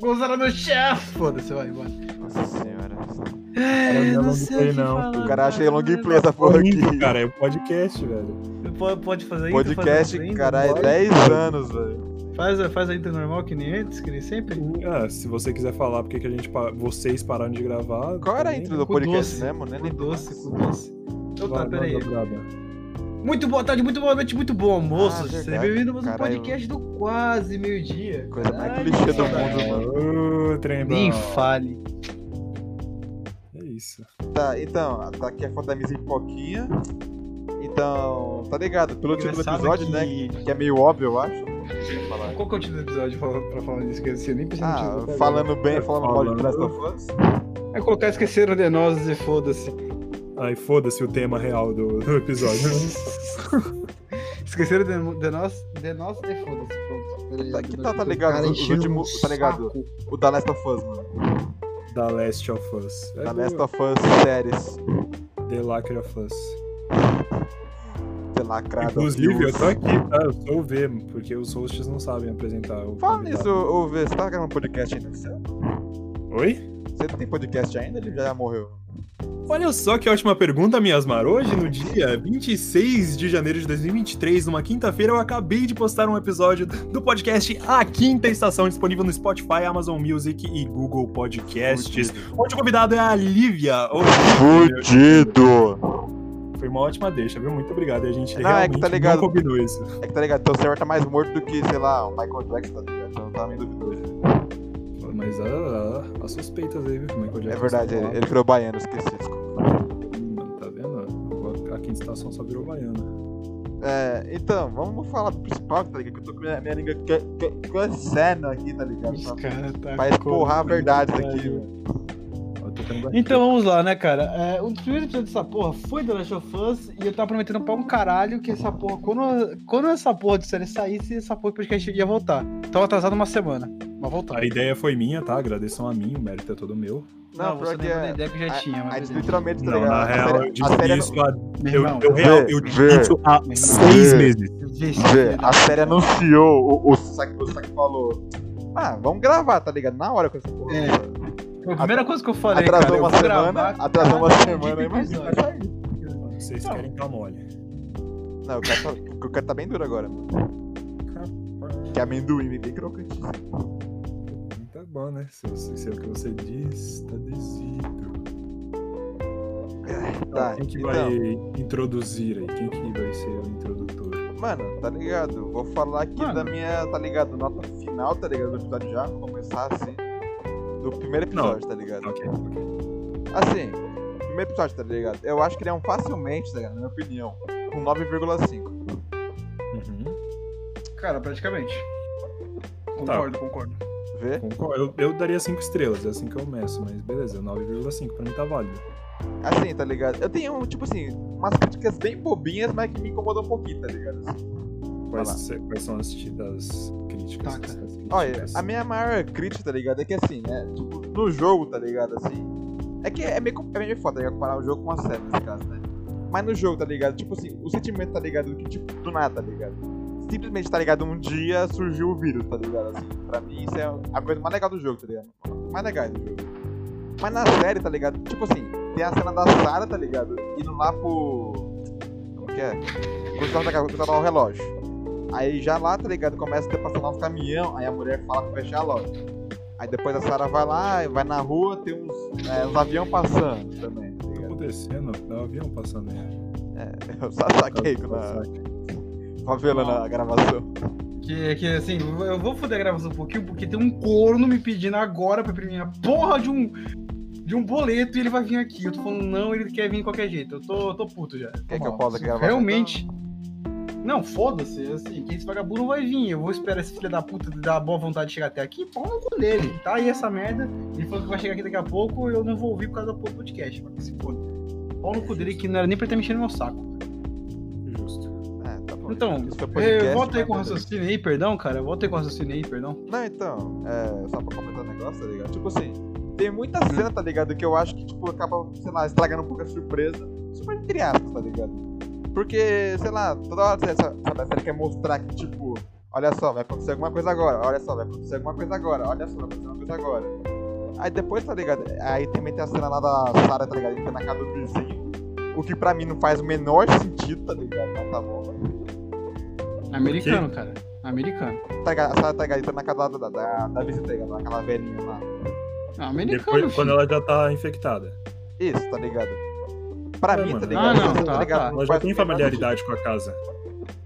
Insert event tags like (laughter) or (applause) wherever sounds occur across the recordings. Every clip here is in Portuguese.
Deus era meu chefe! Foda-se, vai, vai. Nossa senhora. Cara, não é Eu long play, o que não. falar, O cara acha que é long mano. play essa porra Horrível, (laughs) aqui. cara, é o podcast, velho. Pode, pode fazer intro, Podcast, faz a intro, cara, é pode. 10 anos, velho. Faz, a- faz a intro normal que nem antes, que nem sempre. Né? Ah, se você quiser falar porque que a gente, pa- vocês pararam de gravar. Qual era a também, intro do Cu podcast doce, mesmo, né? Cu doce, cu doce. Então vai, tá, pera aí. manda braba. Muito boa tarde, muito boa noite, muito bom almoço. Ah, Seja verdade. bem-vindo a mais um Caralho. podcast do Quase Meio Dia. Coisa mais Caralho, clichê do cara. mundo, mano. Ah, Ô, trem bom. Nem fale. É isso. Tá, então, tá aqui a foto da mesa de Poquinha. Então, tá ligado? Pelo título do Engraçado episódio, que- né? Que é meio óbvio, eu acho. Não sei falar. Qual que é o título do episódio pra, pra falar disso? Que eu esqueci, eu nem pensei no título. até Ah, agora. falando bem, É, falando mal de falando. Last of Us. É colocar esqueceram de nós e foda-se. Ai, foda-se o tema real do, do episódio. né? (laughs) Esqueceram de, de nós, de nós e foda-se. Pronto. Peraí, Tá- que eu- tá- tá eu- ligado, cara os- os enchendo últimos- um tá ligado? saco. O da Last of Us, mano. da Last of Us. É Da do- Last of Us séries. The Lacre of Us. Sei lá, crado. Inclusive, eu tô aqui, tá? Eu sou o V, porque os hosts não sabem apresentar o Fala convidado. nisso, ô ô, Vê, você tá gravando podcast ainda? Você Oi? você tem podcast ainda? Ele já morreu. Olha só que ótima pergunta, Miasmar. Hoje, no dia 26 de janeiro de 2023, numa quinta-feira, eu acabei de postar um episódio do podcast A Quinta Estação, disponível no Spotify, Amazon Music e Google Podcasts. Onde o convidado é a Lívia. Ô, Lívia, Fudido! Foi uma ótima deixa, viu? Muito obrigado. E a gente Não, é que realmente tá ligado. não combinou isso. É que tá ligado, teu senhor tá mais morto do que, sei lá, o Michael Jackson, tá ligado? Então tá meio duvidoso. Mas há, há- há suspeitas aí, viu? Como é que eu já É verdade, ele, ele virou baiano, esqueci, desculpa. Mano, tá vendo? Agora A quinta estação só virou baiana. É, então, vamos falar do principal, tá ligado? Que eu tô com minha, minha língua ca- ca- cansando aqui, tá ligado? Os Pra- caras tá Pra esporrar a correndo. verdade daqui. Eu tô tendo Então vamos lá, né, cara? É, um dos primeiros episódios dessa porra foi The Last of Us e eu tava prometendo pra um caralho que essa porra, quando, quando essa porra de série saísse, essa porra de podcast ia voltar. Tava atrasado uma semana, mas voltar. A ideia foi minha, tá? Agradeçam a mim, o mérito é todo meu. Não, você pior que lembra é- da ideia que eu já a- tinha, mas Aí, beleza. literalmente, tá Não, ligado? na A real, série- eu a série é disse isso há. Meu Eu, irmão, eu, Ah. real, eu Vê, disse isso há vê. seis meses. Zé, né? a série anunciou, o, o, Saki, o Saki falou. Ah, vamos gravar, tá ligado? Na hora com essa porra. É, Foi a primeira coisa que eu falei, atrasou cara, eu uma vou semana, gravar atrasou uma cada semana, tipo de imagina, vai episódio. sair. Vocês Não. querem tá mole. Não, o cara, tá, o cara tá bem duro agora, mano. Que é amendoim bem bem crocante. Tá bom, né? Se, você- se é o que você diz, tá desito. Tá, quem que então, vai introduzir aí? Quem que vai ser o introdutor? mano, tá ligado? Vou falar aqui Mano. da minha, tá ligado? Nota final, tá ligado? Do episódio já, vou começar assim. Do primeiro episódio, tá ligado? Ok, ok. Assim, primeiro episódio, tá ligado? Eu acho que ele é um facilmente, tá ligado? Na minha opinião, um 9,5. Uhum. Cara, praticamente. Concordo, concordo. Vê? Concordo. Eu, eu daria 5 estrelas, é assim que eu meço, mas beleza, 9,5 pra mim tá válido. Assim, tá ligado? Eu tenho, tipo assim, umas críticas bem bobinhas, mas que me incomodam um pouquinho, tá ligado? Assim. Quais, Vai lá. se- quais são as, ti- das críticas? Tá, cara. As críticas? Olha, a minha maior crítica, tá ligado? É que assim, né? Tipo, no jogo, tá ligado? Assim. É que é meio, co- é meio foda, tá ligado? Comparar o jogo com a série, nesse caso, né? Mas no jogo, tá ligado? Tipo assim, o sentimento, tá ligado? Que, tipo, do nada, tá ligado? Simplesmente, tá ligado? Um dia surgiu o vírus, tá ligado? Assim, pra mim, isso é a coisa mais legal do jogo, tá ligado? Mais legal do jogo. Mas na série, tá ligado? Tipo assim, tem a cena da Sarah, tá ligado? Indo lá pro. Como que é? Quando ela tá- quando ela tá o relógio. Aí já lá, tá ligado? Começa a ter passar lá uns caminhão, aí a mulher fala pra fechar a loja. Aí depois a Sarah vai lá, vai na rua, tem uns, é, uns aviões passando também, (laughs) tá O que tá ligado? acontecendo? Tá um avião passando aí. Tá, Eu só saquei quando a favela na gravação. Que, que assim, eu vou foder a gravação um pouquinho, porque tem um corno me pedindo agora pra imprimir a porra de um. De um boleto e ele vai vir aqui. Eu tô falando, não, ele quer vir de qualquer jeito. Eu tô, eu tô puto já. Quer Tô que eu mal. pause aqui a gravação, então? Realmente. Não, foda-se. Assim, que esse vagabundo não vai vir. Eu vou esperar esse filho da puta dar boa vontade de chegar até aqui. Pau no cu dele. Tá aí essa merda. Ele falou que vai chegar aqui daqui a pouco. Eu não vou ouvir por causa do podcast. Mano, que se foda. Pau no cu dele que não era nem pra ele estar mexendo no meu saco. Justo. É, tá bom. Então, Isso foi eh, podcast, volta aí mas com o beleza. raciocínio aí, perdão, cara. Volta aí com o raciocínio aí, perdão. Não, então, é, só pra comentar um negócio, tá ligado? Tipo assim, tem muita cena, tá ligado? Que eu acho que, tipo, acaba, sei lá, estragando um pouco a surpresa. Super entre aspas, tá ligado? Porque, sei lá, toda hora, sabe, sabe, a série quer mostrar que, tipo, olha só, vai acontecer alguma coisa agora, olha só, vai acontecer alguma coisa agora, olha só, vai acontecer alguma coisa agora. Aí depois, tá ligado? Aí também tem a cena lá da Sarah, tá ligado? Entrando na casa do vizinho. O que pra mim não faz o menor sentido, tá ligado? Mas tá bom, velho. Americano, cara. Americano. Tá ligado? A Sarah, tá ligado? Entrando na casa da, da, da, da vizinha, tá ligado? Aquela velhinha lá. Não, americano. Depois, filho. quando ela já tá infectada. Isso, tá ligado? Pra É, mim, mano. tá ligado? Ah, não, Tá tá, ligado? tá. Não Ela já faz tem o menor familiaridade com a casa.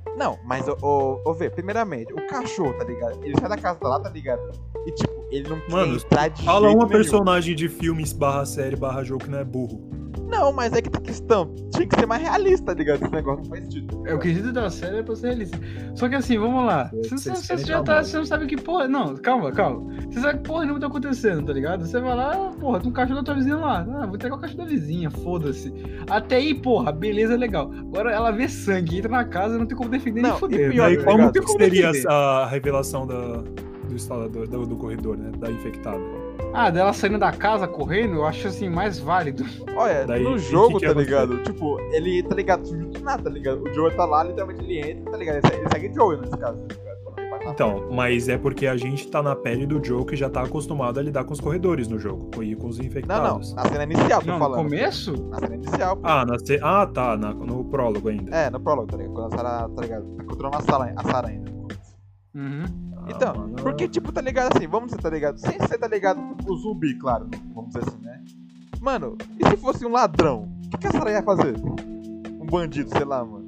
um- Não, mas ô, ô, ô, Vê, primeiramente, o cachorro, tá ligado? Ele sai da casa lá, tá ligado? E tipo, ele não Mano, quer entrar de Fala jeito uma nenhum. personagem de filmes barra série barra jogo que não é burro. Não, mas é que tá questão. Tinha que ser mais realista, tá ligado? Esse negócio não faz sentido. É o quesito da série é pra ser realista. Só que assim, vamos lá. Eu Você, que vocês você- você querem já dar tá. uma- Você não sabe que porra. Não, calma, calma. Você sabe que porra nenhuma tá acontecendo, tá ligado? Você vai lá, porra, tem um cachorro da tua vizinha lá. Ah, vou pegar o cachorro da vizinha, foda-se. Até aí, porra, beleza, legal. Agora ela vê sangue, entra na casa, não tem como defender Não, nem e foder. E pior, né? aí, tá É, como ligado? que Como seria defender? a revelação da, do, instalador, do, do corredor, né? Da infectada. Ah, dela saindo da casa correndo, eu acho assim mais válido. Tá Olha, Daí, e no que jogo, que tá aconteceu? ligado? Tipo, ele, tá ligado? Sumiu do nada, tá ligado? O Joe tá lá, literalmente ele entra, tá ligado? Ele segue- Ele segue Joe nesse caso, tá ligado? Não vai lá. Então, mas é porque a gente tá na pele do Joe que já tá acostumado a lidar com os corredores no jogo e com os Não, não. infectados. Na cena inicial, tô Não, no falando. começo? Na cena inicial, pô. Ah, na ce- ah, tá, na- no prólogo ainda. É, no prólogo, tá ligado? Quando a Sarah, tá ligado? Tá controlando a Sarah, a Sarah ainda. Uhum. Ah, Então, mano. Porque, tipo, tá ligado assim, vamos dizer, tá ligado? Sem ser, tá ligado, o zumbi, claro, vamos dizer assim, né? Mano, e se fosse um ladrão? O que, que a Sarah ia fazer? Um bandido, sei lá, mano.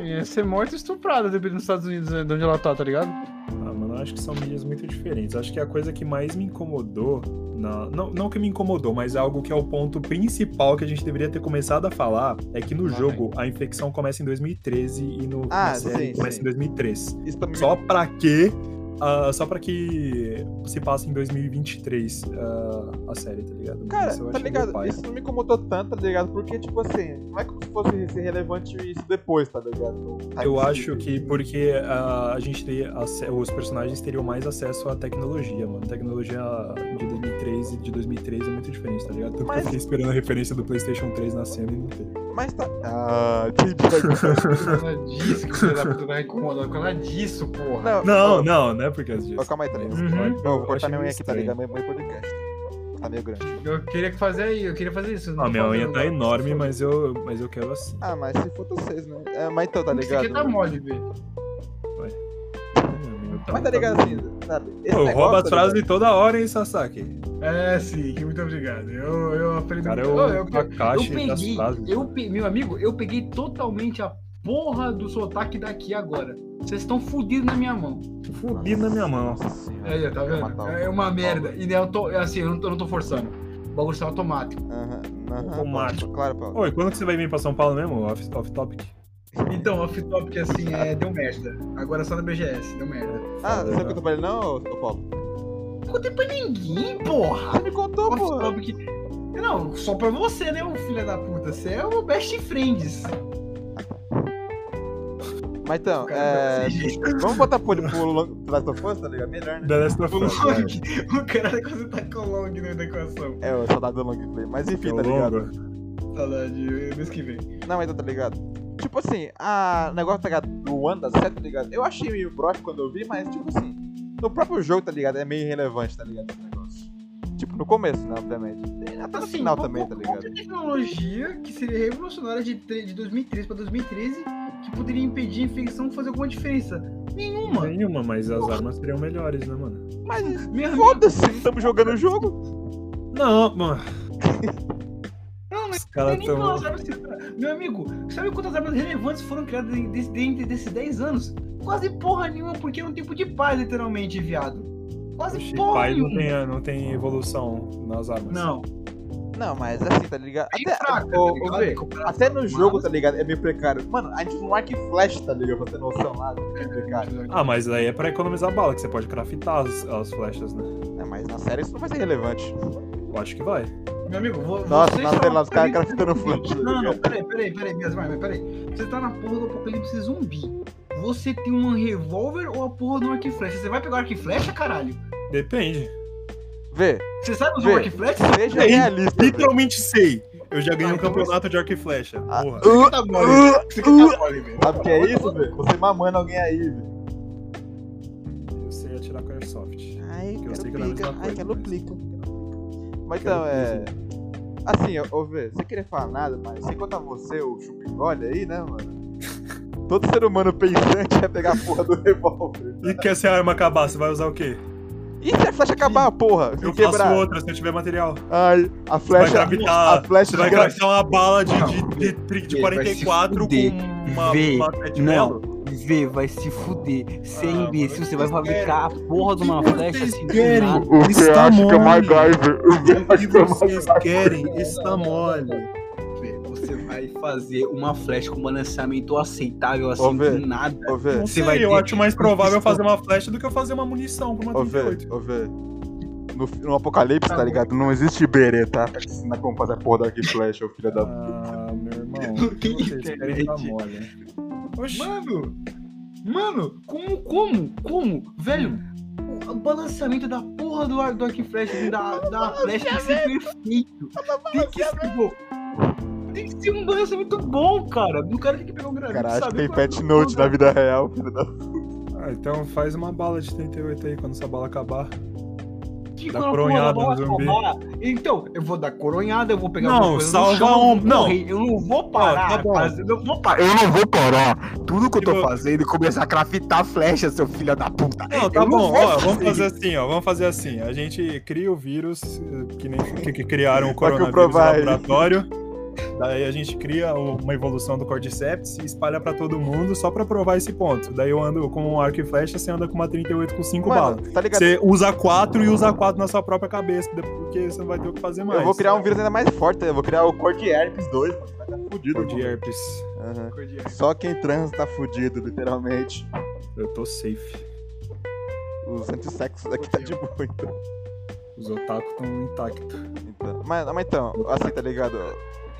Ia ser morta e estuprada, dependendo dos Estados Unidos né, de onde ela tá, tá ligado? Ah, mano, eu acho que são mídias muito diferentes. Acho que a coisa que mais me incomodou. na- Não, não que me incomodou, mas algo que é o ponto principal que a gente deveria ter começado a falar é que no Lá jogo a infecção começa em 2013 e no Ah, na série sim, começa sim. em 2003. Isso também. Só pra que. ah, só pra que se passe em 2023 ah, a série, tá ligado? Cara, Isso eu tá achei meu ligado? pai. Isso não me incomodou tanto, tá ligado? Porque, tipo assim, não é como se fosse ser relevante isso depois, tá ligado? tipo, Eu acho que porque ah, a gente teria ace- os personagens teriam mais acesso à tecnologia, mano. Tecnologia de 2003 e de 2003 é muito diferente, tá ligado? Tanto que Mas- eu fiquei esperando a referência do PlayStation 3 na cena e não teve. Mas tá. Ah, (laughs) tipo. Por causa disso que o filho da puta tá (laughs) incomodando. Por causa disso, porra. Não, ó, não, não é por causa ó, disso. calma aí, tá ligado? Uhum. Não, Eu vou cortar achei minha unha meio aqui, tá ligado? Meu meu podcast. Tá meio grande. Eu queria que fazer aí, eu queria fazer isso. Ah, minha unha tá enorme, mas mas eu, mas eu quero assim. Ah, mas se for vocês, né? É, mas então, tá Isso ligado? aqui tá mole, B. né, Mas tá ligado assim, sabe? Esse Eu negócio, roubo as tá frases ligado? toda hora, hein, Sasaki? É, sim, que muito obrigado. Eu, eu aprendi. Cara, muito. eu, eu, a eu caixa das peguei, frases. eu pe- meu amigo, eu peguei totalmente a porra do sotaque daqui agora. Vocês estão fudidos na minha mão. Fudi na minha mão. Nossa senhora. Aí, ó, tá vendo? Matar o- É uma merda. E eu tô, é assim, eu não tô, eu não tô forçando. O bagulho tá automático. Aham, aham. Automático. Claro, Paulo. Oi, quando que você vai vir pra São Paulo mesmo? Off- Off-topic? Então, off-topic assim, é, deu merda. Agora é só na BGS, deu merda. Ah, Fala, você né? contou pra ele não, ô, ô, Paulo? Não contei pra ninguém, porra. Você me contou, pô. Off-topic. Não, só pra você, né, ô filho da puta. Você é o best friends. Mas então, tá é... Vamos botar por pro The Last of Us, tá ligado? Melhor, né? The Last of O Us, né? Long, o cara quase tá com o Long dentro da equação. É, o saudade do long play. Mas Que é enfim, tá ligado? longo. Saudade, mês que vem. Não, mas então, tá ligado? Tipo assim, a o negócio tá ligado? do Wanda, certo, tá ligado? Eu achei meio broche quando eu vi, mas tipo assim, no próprio jogo, tá ligado? É meio irrelevante, tá ligado? Esse negócio. Tipo, no começo, né, obviamente. E Até Assim, no final também, tá ligado? Qualquer tecnologia que seria revolucionária de, tre- de 2013 pra 2013 que poderia impedir a infecção de fazer alguma diferença? Nenhuma. Nenhuma, mas as armas seriam melhores, né, mano? Mas Meu amigo, foda-se, não estamos jogando o jogo. Não, mano. Não, mas Os caras nem tão. pelas armas que você- Meu amigo, sabe quantas armas relevantes foram criadas de- desse- dentro desses 10 anos? Quase porra nenhuma, porque era um tempo de paz, literalmente, viado. Quase Oxi, porra pai não nenhuma. tem, não tem evolução nas armas. Não, Não, mas assim, tá ligado? bem fraca, ô, tá ô, ligado? Vê, Comparação até com no jogo, armas. tá ligado? É meio precário. Mano, a gente não arco e flash, tá ligado? Pra ter noção lá, é precário. Ah, mas aí é pra economizar bala, que você pode craftar as, as flechas, né? É, mas na série isso não vai ser relevante. Eu acho que vai. Meu amigo, vou, Nossa, você na está série lá, os no caras apocalipse craftando zumbi. flash. tá Não, ligado? não, peraí, peraí, peraí, minhas mas peraí. Você tá na porra do apocalipse zumbi. Você tem um revólver ou a porra do arco e flecha? Você vai pegar o arco e flecha, caralho? Depende. Vê, Você sabe usar o Vê. arco e flecha? seja Ei, realista. velho. Literalmente sei. Eu já Ah, ganhei um então campeonato de arco e flecha. Ah, Porra. uh, Tá mole, uh, Isso aqui tá mole, velho. é Sabe o que é isso, velho? Você mamando alguém aí, velho. da Airsoft. Ai, eu sei quero que não é plica. a mesma Ai, coisa, quero mas- plica. Mas Quero então, é. Assim, ô, ô Vê, você queria falar nada, mas sem contar você, o Chupin, olha aí, né, mano? Todo ser humano pensante ia pegar a porra do revólver. E quer se a arma acabar, você vai usar o quê? Ih, se a flecha acabar, porra! Se Eu quebrar. faço outra se eu tiver material. Ai, a Vai flecha. gravitar. A flecha Você Ah, vai desgra- gastar uma bala de, Não, de, de, tri- de Vê, vai se 44 com fuder. uma Vê, uma de não. melo? Vê, vai se fuder. Sem Ah, B, mano, se você vai vocês fabricar a porra de uma que flecha vocês assim. querem? nada. O V Está acha que é mole. MacGyver. O V O acha que que é vocês MacGyver. querem está mole. Vê, Você vai fazer uma flecha com balanceamento aceitável assim, Ô, Vê. do nada. Ô, Vê, Não Você sei, vai eu ter acho mais provável pistão. fazer uma flecha do que eu fazer uma munição pra uma Ô, Vê, 38. ô, Vê. No, no apocalipse, tá ligado? Não existe berê, tá? Ensina como fazer a porra da arco e flecha, ô filho da. Ah, meu irmão. Não tem Vocês querem tá internet. mole, né? Oxi. Mano! Mano, como, como, como? Velho, o- o balanceamento da porra do, ar- do arco e flecha, da, da flecha tem que ser perfeito. Tem que ser, pô, tem que ser um balanceamento bom, cara. O cara tem que pegar um gravito Cara, e acho que saber tem qual é o pet note na lugar. vida real, filho da. Ah, então faz uma bala de 38 aí quando essa bala acabar. Que Dá quando a coronhada porra da no bola zumbi. acabar, Então, eu vou dar coronhada, eu vou pegar Não, alguma coisa no salva chão, um- eu vou não. correr, Eu não vou parar, tá bom. rapaz, eu não vou parar. Eu não vou parar. Tudo que eu Eu- tô fazendo é começar a craftar flecha, seu filho da puta. Não, tá Eu não bom, vou ó, vamos fazer fazer assim, ó, vamos fazer assim. A gente cria o vírus, eh, que nem que, que criaram o Só que eu coronavírus no provar isso. laboratório. Daí a gente cria o- uma evolução do Cordyceps e espalha pra todo mundo só pra provar esse ponto. Daí eu ando com um arco e flecha, você anda com uma 38 com 5 balas. Mano, tá ligado? Você usa 4 e usa 4 na sua própria cabeça, porque você não vai ter o que fazer mais. Eu vou criar um vírus ainda mais forte, eu vou criar o Corte Herpes 2, mano. Vai tá fudido. de herpes. mano. Aham. Só quem trans tá fudido, literalmente. Eu tô safe. Os antissexos aqui tá de boa, então. Os otaku estão intactos. Então, Mas, mas então, assim, tá ligado?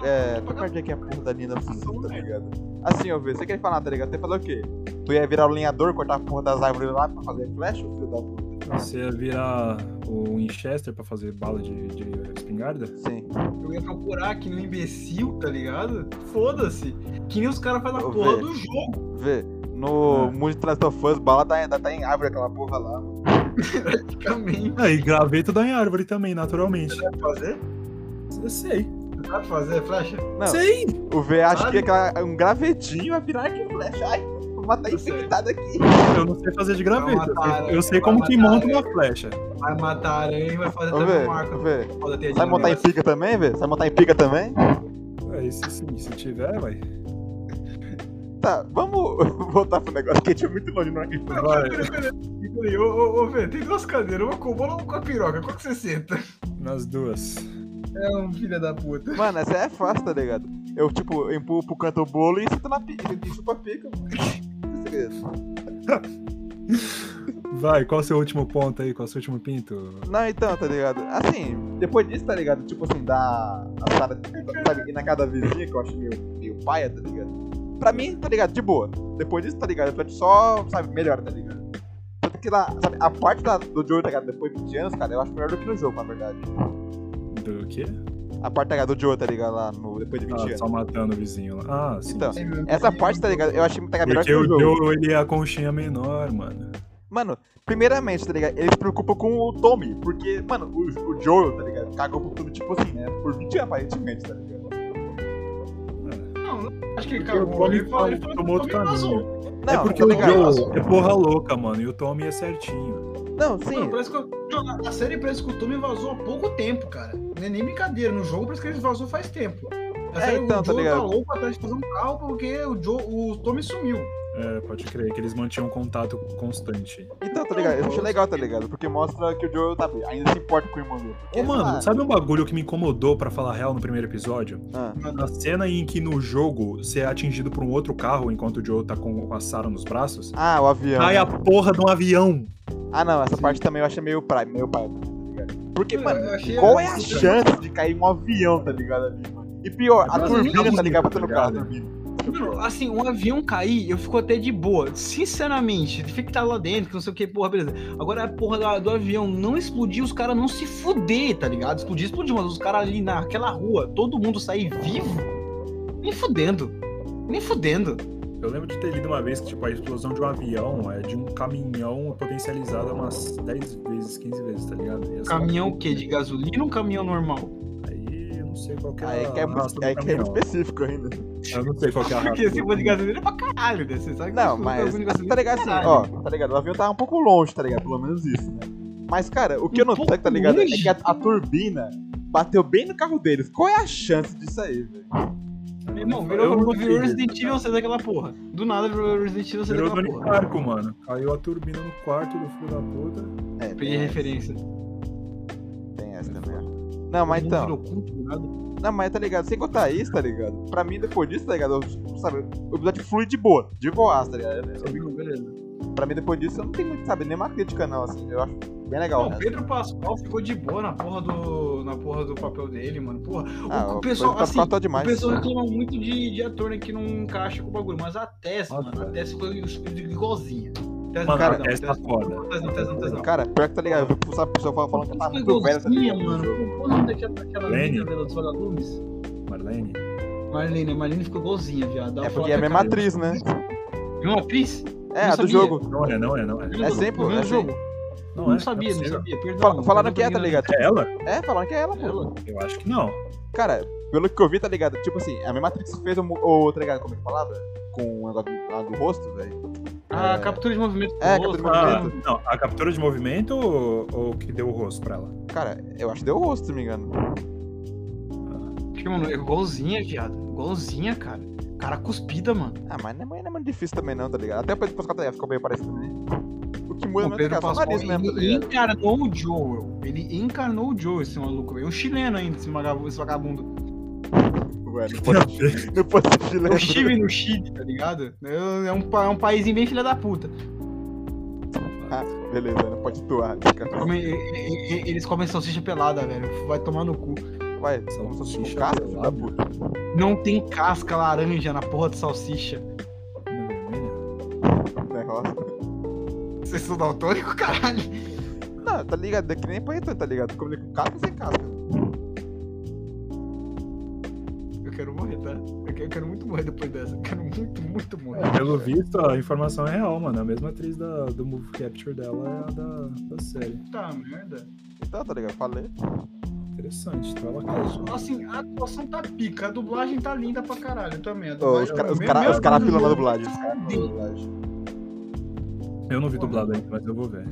É, tô perdi aqui a porra da linha da fusão, tá ligado? Assim, ô Vê, você quer falar, tá ligado? Você falou o quê? Tu ia virar o lenhador, cortar a porra das árvores lá pra fazer flecha, ô filho da puta? Você ia virar o Winchester pra fazer bala de, de espingarda? Sim. um Eu ia procurar que nem um imbecil, tá ligado? Foda-se. Que nem os caras fazem a Ô, porra velho. do jogo. Vê, no Ah. mundo de Last of Us, bala tá, ainda tá em árvore aquela porra lá, mano. Também. Ah, e graveto dá em árvore também, naturalmente. Sabe fazer? Eu sei. Sabe fazer, flecha? Não. Sei! O V acha Sabe? que aquela- um gravetinho vai virar arco e flecha. Ai, vou matar Tá certo. infectado aqui. Eu não sei fazer de graveto. Vai Eu matar sei, aranha, eu sei vai como que matar monta uma aranha. flecha. Vai matar a aranha e vai fazer Ô também um Vê, arco. ô, Vê. Foda, tem né? a Sabe montar em dinâmica. pica também, Vê? Sabe montar em pica também? É, se, se, se tiver, vai. Tá, vamos (laughs) voltar pro negócio que a gente é muito longe no arco e flecha. Vai. Peraí, peraí, peraí. Ô, ô, ô, Fê, tem duas cadeiras, uma com o bolo, uma com a piroca. Qual que você senta? Nas duas. É um filho da puta. Mano, essa é fácil, tá ligado? Eu, tipo, empurro pro canto o bolo e sinto na pica, e chupa a pica, mano. Esse segredo. Vai, qual o seu último ponto aí? Qual o seu último pinto? Não, então, tá ligado? Assim, depois disso, tá ligado? Tipo assim, da. A Sara, sabe, ir na casa da vizinha, que eu acho meio, meio paia, tá ligado? Pra mim, tá ligado? De boa. Depois disso, tá ligado? Eu tô só, sabe, melhor, tá ligado? Tanto que lá, sabe, a parte da- do Joe, tá ligado? Depois de 20 anos, cara, eu acho melhor do que no jogo, na verdade. Do quê? A parte tá ligado, do Joe, tá ligado? Lá no, depois de 20 Ah, anos. só matando o vizinho lá. Ah, sim. Então, Essa parte, tá ligado? Eu achei tá ligado, melhor Porque que o no jogo. Joe, ele é a conchinha menor, mano. Mano, primeiramente, tá ligado? Eles se preocupam com o Tommy, porque, mano, o, o Joel, tá ligado? Cagou pro tudo, tipo assim, né? Por 20 anos, aparentemente, tá ligado? Não, não. Acho que ele Porque o cagou. Tommy Ele falou, ele tomou falou, outro Tommy vazou. caminho. Não, é porque tá o ligado? Joe é porra louca, mano. E o Tommy é certinho. Não, Não, sim. parece que eu- não, na- na série parece que o Tommy vazou há pouco tempo, cara. Não é nem brincadeira. No jogo parece que ele vazou faz tempo. Na É, série, então, o tá Joe ligado? louco atrás de fazer um carro porque o, Joe, o Tommy sumiu. É, pode crer, que eles mantinham contato constante. Então, tá ligado? Eu achei legal, tá ligado? Porque mostra que o Joel tá bem, ainda se importa com o irmão dele. Ô, mano, sabe um bagulho que me incomodou, pra falar a real, no primeiro episódio? Ah, Na cena em que no jogo você é atingido por um outro carro enquanto o Joe tá com, com a Sarah nos braços, Ah, o avião. cai a né? porra de um avião. Ah, não, essa parte também eu achei meio pai, meio pai, tá ligado? Porque, Eu mano, achei- qual é a chance de cair um avião, tá ligado? Ali, mano? E pior, a Mas turbina, nem- tá ligado? Batendo no É Tá carro. ligado? Mano, assim, um avião cair, eu fico até de boa. Sinceramente, fica que tá lá dentro, que não sei o que, porra, beleza. Agora a porra da- do avião não explodir, os caras não se fuder, tá ligado? Explodir, explodir, mas os caras ali naquela rua, todo mundo sair vivo, nem fudendo. Nem fudendo. Eu lembro de ter lido uma vez que tipo, a explosão de um avião é de um caminhão potencializado umas 10 vezes, 15 vezes, tá ligado? E essa- Caminhão o quê? De gasolina ou um caminhão normal? Aí eu não sei qual que é Aí a que é raça muito, do aí que é muito caminhão. específico ainda. Eu não sei (laughs) qual que é a raça Porque se do for de caminhão. gasolina é pra caralho, né? Você sabe que Não, se for mas gasolina, gasolina é tá ligado assim, caralho. ó, tá ligado? O avião tá um pouco longe, tá ligado? Pelo menos isso, né? Mas, cara, o que Um eu não sei, tá pouco ligado? É longe? que a, a turbina bateu bem no carro deles. Qual é a chance disso aí, velho? Meu irmão, Eu não virou, virou consigo, Resident Evil você daquela porra. Do nada virou Resident Evil você Virou daquela Tony porra. Parco, mano. Caiu a turbina no quarto do filho da puta. É, Peguei tem essa- referência. Tem essa também. Não, mas então. Virou culto, do nada. Não, mas tá ligado? Sem contar isso, tá ligado? Pra mim, depois disso, tá ligado? Eu, sabe, o episódio flui de boa, de boa, tá ligado? Não, beleza. Pra mim, depois disso, eu não tenho muito, sabe, nenhuma crítica, não, assim. Eu acho bem legal. Não, né? Pedro Pascal ficou de boa na porra do, na porra do papel dele, mano. Porra, Ah, o, o o pessoal, Pedro Pascal assim, tá demais. o pessoal reclama muito de, de ator né, que não encaixa com o bagulho, mas a Tess, Ah, mano, cara. a Tess foi um igualzinha. Tess, Mano, cara, a testa tá foda. não, Tess não, Tess não, Tess não. Cara, pior que tá ligado? Eu vi sabe, o pessoal falando que ela tá Foi muito velha, tá igualzinha, ligado? mano. Qual o nome daquela, daquela Lenny. menina dela dos vagalumes? Marlene. Marlene, a Marlene ficou igualzinha, viado. Dá É pra porque falar é a Então que mesma cara- atriz, né? Mesma atriz? É, a do sabia. jogo. Não é, não é, não é. É sempre, o é mesmo jogo. sempre. Não, Não, é, sabia, é não possível. sabia. Fala- Perdão. Falaram perdão que é, pra tá mim, ligado? É ela? É, falaram que é ela, pô. Ela? Eu acho que não. Cara, pelo que eu vi, tá ligado? Tipo assim, a mesma atriz que fez o, mo- o tá ligado? Como é que palavra? Com o negócio do- lá do rosto, velho. A É. Ah, captura de movimento. É, do rosto, captura de né? Ah, não, a captura de movimento ou, ou que deu o rosto pra ela? Cara, eu acho que deu o rosto, se não me engano. Porque, mano, é igualzinha, viado. Igualzinha, cara. Cara cuspida, mano. Ah, mas não é, mas não é muito difícil também não, tá ligado? Até o Pedro Pascal tá ligado, ficou meio parecido também. O que muda O mesmo é Pedro só o Pascal, nariz ele mesmo, tá ligado? encarnou o Joel. Ele encarnou o Joel, esse maluco. É um chileno ainda, esse vagabundo. Esse vagabundo. Ué, Tipo, (laughs) não pode, não pode ser (laughs) Eu chileno. estive no Chile, tá ligado? É um, pa- é um país bem filha da puta. Ah, beleza, não pode tá atuar, cara. Come- e- e- e- eles comem salsicha pelada, velho. Vai tomar no cu. Vai, como se fosse um Salsicha casco, filho da pelado. puta. Não tem casca laranja na porra de salsicha. Na vermelha? um Negócio. Vocês são daltônico, caralho? Não, tá ligado? É que nem panetone, tá ligado? Como ele com casca sem casca. Eu quero morrer, tá? Eu quero, eu quero muito morrer depois dessa. Eu quero muito, muito morrer. É, pelo visto, a informação é real, mano. A mesma atriz da, do Move Capture dela é a da, da série. Puta merda. Então, tá ligado? Falei. Interessante. Então ela casou. Assim, a atuação tá pica, a dublagem tá linda pra caralho também. A Ô, dublagem os tá- caras os meu- cara, meu os cara Deus, pilam na meu dublagem. os Deus, cara pilam na dublagem. Eu não vi dublado ainda, mas eu vou ver.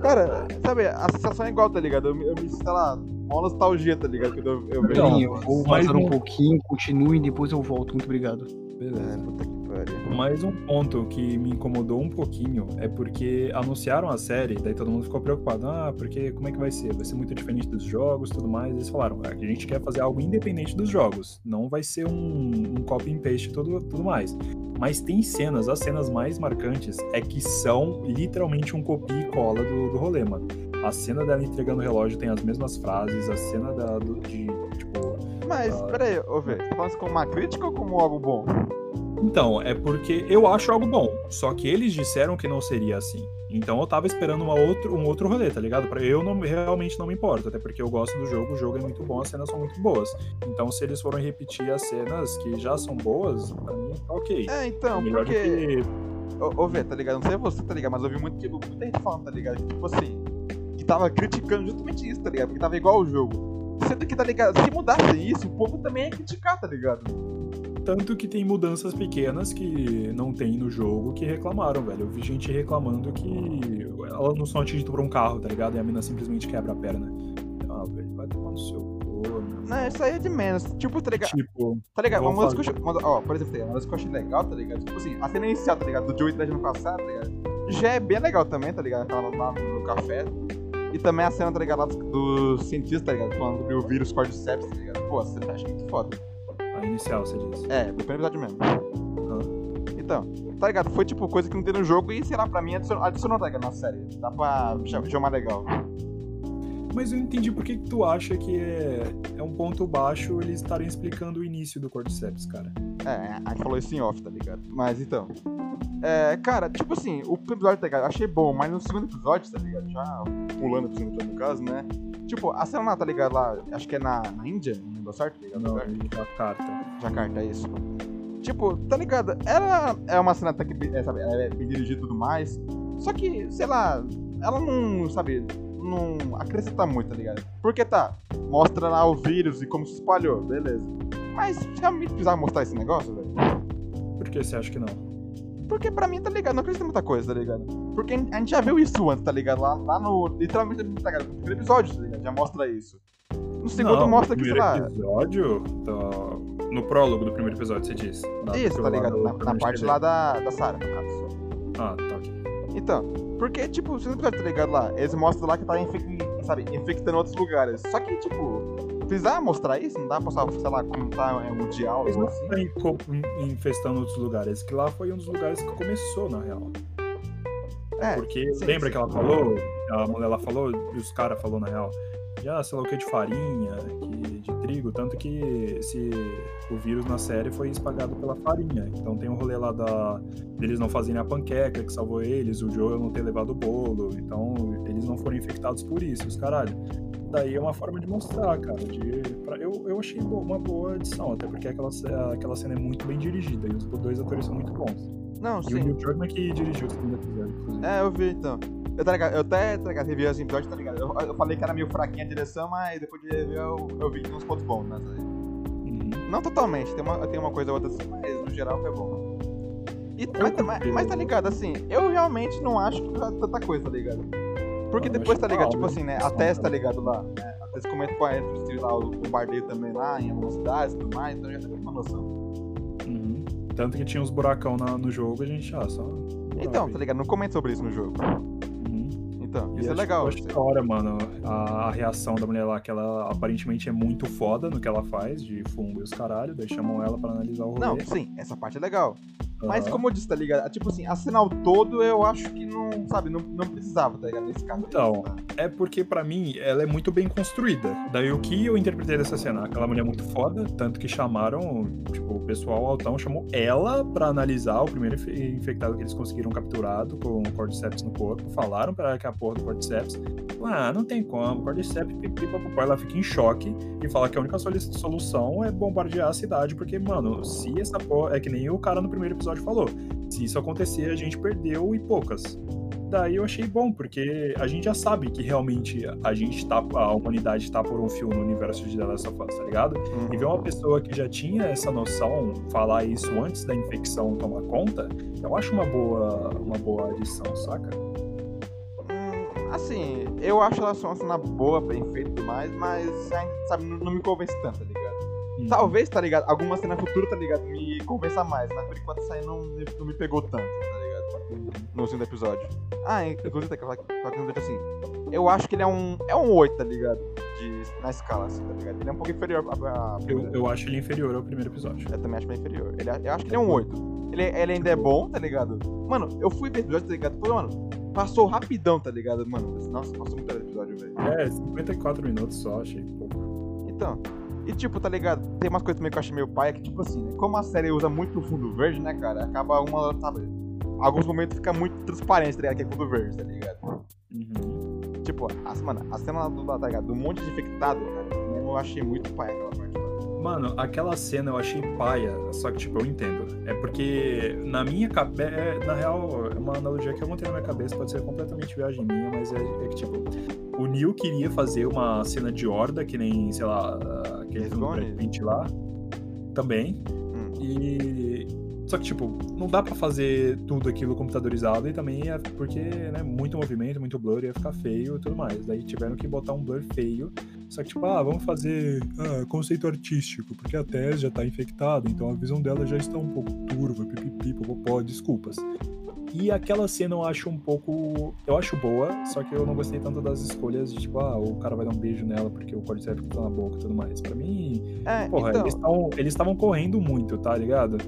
Cara, sabe, a sensação é igual, tá ligado? Eu, me- eu me sei lá, mó nostalgia, tá ligado? Quando eu, eu vejo. Então, Bem, eu vou mais passar um- um pouquinho, continuem, depois eu volto. Muito obrigado. É, Beleza. puta que pariu. Mais um ponto que me incomodou um pouquinho é porque anunciaram a série, daí todo mundo ficou preocupado. Ah, porque como é que vai ser? Vai ser muito diferente dos jogos tudo mais. Eles falaram, "Ah, a gente quer fazer algo independente dos jogos. Não vai ser um, um copy and paste e tudo, tudo mais. Mas tem cenas, as cenas mais marcantes é que são literalmente um copia e cola do, do rolê, mano. A cena dela entregando o relógio tem as mesmas frases, a cena da, do- de, tipo, Mas, peraí, ô, velho, tá falando isso como uma crítica ou como algo bom? Então, é porque eu acho algo bom, só que eles disseram que não seria assim. Então eu tava esperando uma outro, um outro rolê, tá ligado? Pra- Eu não, realmente não me importo, até porque eu gosto do jogo, o jogo é muito bom, as cenas são muito boas. Então se eles forem repetir as cenas que já são boas, pra mim tá ok. É, então, Melhor do porque. que. Ô, ô velho, tá ligado? Não sei você, tá ligado? Mas eu vi muito, tipo, muita gente falando, tá ligado? Que, Tipo assim, que tava criticando justamente isso, tá ligado? Porque tava igual o jogo. Sendo que, tá ligado? Se mudasse isso, o povo também ia criticar, tá ligado? Tanto que tem mudanças pequenas que não tem no jogo que reclamaram, velho. Eu vi gente reclamando que ela não só atinge por um carro, tá ligado? E a mina simplesmente quebra a perna. Ah, velho, vai tomar no seu cu, meu. Não, isso aí é de menos. Tipo, tá ligado? Tipo, Tá ligado? Vamos Uma das coisas. uma das- Ó, por exemplo, tá ligado? uma das coisas que eu achei legal, tá ligado? Tipo assim, a cena inicial, tá ligado? Do Joey atrás no passado, tá ligado? Já é bem legal também, tá ligado? Aquela lá no café. E também a cena, tá ligado? Lá dos- dos cientistas, tá ligado? Falando sobre o vírus Cordyceps, tá ligado? Pô, a cena eu achei muito foda. a inicial, você disse. É, do primeiro episódio mesmo. Então, tá ligado? Foi tipo coisa que não tem no jogo e, sei lá, pra mim adicionou, adicionou tá ligado? Na série. Dá pra cha- chamar legal. Mas eu entendi por que que tu acha que é, é um ponto baixo eles estarem explicando o início do Cordyceps, cara. É, a gente falou isso em off, tá ligado? Mas então. É, cara, tipo assim, o primeiro episódio, tá ligado? Achei bom, mas no segundo episódio, tá ligado? Já pulando pro segundo episódio, no caso, né? Tipo, a cena lá, tá um ligado? Lá, acho que é na, na Índia, não lembro certo, tá ligado? Não, a carta. Jacarta, é isso. Tipo, tá ligado? Ela é uma cena até que é, sabe, ela é bem dirigida e tudo mais. Só que, sei lá, ela não, sabe, não acrescenta muito, tá ligado? Porque tá, mostra lá o vírus e como se espalhou, beleza. Mas realmente precisava mostrar esse negócio, velho. Por que você acha que não? Porque pra mim, tá ligado? Não acredito em muita coisa, tá ligado? Porque a gente já viu isso antes, tá ligado? Lá, lá no. Literalmente, tá ligado? No primeiro episódio, tá ligado? Já mostra isso. No segundo Não, mostra no que, sei primeiro lá. episódio, tá- no prólogo do primeiro episódio, você diz. Na- Isso, tá lá ligado? do Na, na programa de parte TV. lá da, da Sarah. no caso. Ah, tá ok. Então, porque, tipo, você não precisa tá ligado lá. Eles mostram lá que tá infec... sabe, infectando outros lugares. Só que, tipo, precisava mostrar isso? Não dá pra, só, sei lá, comentar é, mundial, Eles algo não assim? estão in- co- in- infestando outros lugares, que lá foi um dos lugares que começou, na real. É, Porque sim, lembra sim. que ela falou, a mulher lá falou, e os caras falou na real, já sei lá o que de farinha, que- de trigo, tanto que esse, o vírus na série foi espalhado pela farinha. Então tem um rolê lá da, deles não fazerem a panqueca que salvou eles, o Joel não ter levado o bolo, então eles não foram infectados por isso, os caralho. Daí é uma forma de mostrar, cara. De, pra- eu, eu achei bo- uma boa edição, até porque aquela, ce- aquela cena é muito bem dirigida e os dois atores são muito bons. Não, E o sim. Neil Druckmann que dirigiu o segundo episódio, inclusive. É, eu vi então. Eu, tá ligado? eu até tá ligado? revi assim, episódios, tá ligado? Eu, eu falei que era meio fraquinha a direção, mas depois de rever eu, eu vi que tem uns pontos bons, né? tá ligado? Uhum. Não totalmente, tem uma, tem uma coisa ou outra assim, mas no geral foi bom. É E, um mas, mas, mas tá ligado, assim, eu realmente não acho que tá tanta coisa, tá ligado? Porque Não, eu depois, acho tá ligado, que tipo tá, assim, né? né? A Tess, tá ligado lá? Né? A Tess comenta com a Anthony lá, o, o bar dele também lá, em algumas cidades e tudo mais, então eu já tem uma noção. Uhum. Tanto que tinha uns buracão na- no jogo, a gente, ah, só. buraco Então, aí. tá ligado? Não comenta sobre isso no jogo. Uhum. Então, E isso é acho- legal. Acho da hora, mano, a, a reação da mulher lá, que ela aparentemente é muito foda no que ela faz, de fungo e os caralho, daí chamam ela pra analisar o rolê. Não, sim, essa parte é legal. Ah, Mas como eu disse, tá ligado? Tipo assim, assinar o todo eu acho que não, sabe, não, não precisava, tá ligado? Nesse caso. Então. Tá. É porque, pra mim, ela é muito bem construída. Daí o que eu interpretei dessa cena? Aquela mulher muito foda, tanto que chamaram, tipo, o pessoal altão chamou ela pra analisar o primeiro inf- infectado que eles conseguiram capturado com o Cordyceps no corpo. Falaram pra ela que é a porra do Cordyceps. Ah, não tem como, Cordyceps, pipipopopó. Ela fica em choque e fala que a única soli- solução é bombardear a cidade, porque, mano, se essa porra. É que nem o cara no primeiro episódio falou. Se isso acontecer, a gente perdeu e poucas. Daí eu achei bom, porque a gente já sabe que realmente a gente tá, a humanidade tá por um fio no universo de The Last of Us, tá ligado? E ver uma pessoa que já tinha essa noção falar isso antes da infecção tomar conta, eu acho uma boa, uma boa adição, saca? Hum, assim, eu acho ela só uma cena boa, bem feita e tudo mais, mas, ainda, sabe, não, não me convence tanto, tá ligado? Hum. Talvez, tá ligado? Alguma cena futura, tá ligado? Me convença mais, mas por enquanto isso aí não, me- não me pegou tanto, tá ligado? No segundo episódio. Ah, inclusive, tá ligado? assim. Eu acho que ele é um. É um 8, tá ligado? De, na escala, assim, tá ligado? Ele é um pouco inferior a. a- a- Eu, eu acho ele inferior ao primeiro episódio. Eu também acho bem inferior. Ele, eu acho que ele é um 8. Ele, ele ainda é bom, tá ligado? Mano, eu fui ver episódio, tá ligado? Falei, mano, passou rapidão, tá ligado? Mano, nossa, passou muito rápido o episódio, velho. É, 54 minutos só, achei pouco. Então, e tipo, tá ligado? Tem umas coisas também que eu achei meio paia, que tipo assim, né? Como a série usa muito fundo verde, né, cara? Acaba uma, sabe? Alguns momentos fica muito transparente, tá ligado? Que é fundo verde, tá ligado? Uhum. Tipo, a, mano, a cena lá do, tá ligado? do monte de infectado, cara, eu achei muito paia aquela parte. mano. Mano, aquela cena eu achei paia, só que, tipo, eu entendo. É porque na minha cabeça. na real, é uma analogia que eu montei na minha cabeça, pode ser completamente viagem minha, mas é, é que, tipo, o Neil queria fazer uma cena de horda, que nem, sei lá, aquele Days filme do Gone? Brad Pitt lá. Também. Hum. E. Só que, tipo, não dá pra fazer tudo aquilo computadorizado e também é porque, né, muito movimento, muito blur, ia ficar feio e tudo mais. Daí tiveram que botar um blur feio. Só que, tipo, ah, vamos fazer ah, conceito artístico, porque a Tess já tá infectada, então a visão dela já está um pouco turva, pipipi, popopó, desculpas. E aquela cena eu acho um pouco. Eu acho boa, só que eu não gostei tanto das escolhas de, tipo, ah, o cara vai dar um beijo nela porque o cordyceps tá na boca e tudo mais. Pra mim, É, Porra, então, eles tavam- eles estavam correndo muito, tá ligado?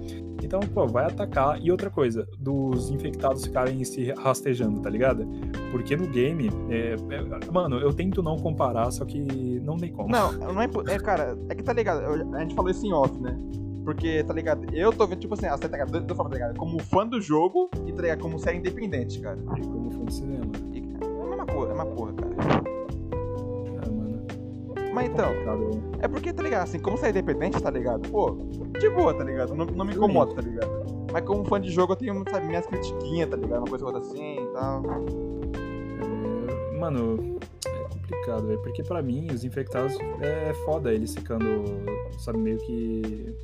Então, pô, vai atacar. E outra coisa, dos infectados ficarem se rastejando, tá ligado? Porque no game, é, é- mano, eu tento não comparar, só que não tem como. Não, não é, impo- é. Cara, é que tá ligado. eu- A gente falou isso em off, né? Porque, tá ligado? Eu tô vendo, tipo assim, a série, tá ligado? Duas duas formas, tá ligado? Como fã do jogo e, tá ligado? Como série independente, cara. E Como foi no cinema. E, cara, é a mesma coisa, é uma porra, cara. Ah, mano. Mas então, é porque, tá ligado? Assim, como você é independente, tá ligado? Pô, de boa, tá ligado? Não, não me incomoda, tá ligado? Mas como fã de jogo, eu tenho, sabe, minhas critiquinhas, tá ligado? Uma coisa ou outra assim e tal. Mano, é complicado, velho. Porque pra mim, os infectados é foda eles ficando, sabe, meio que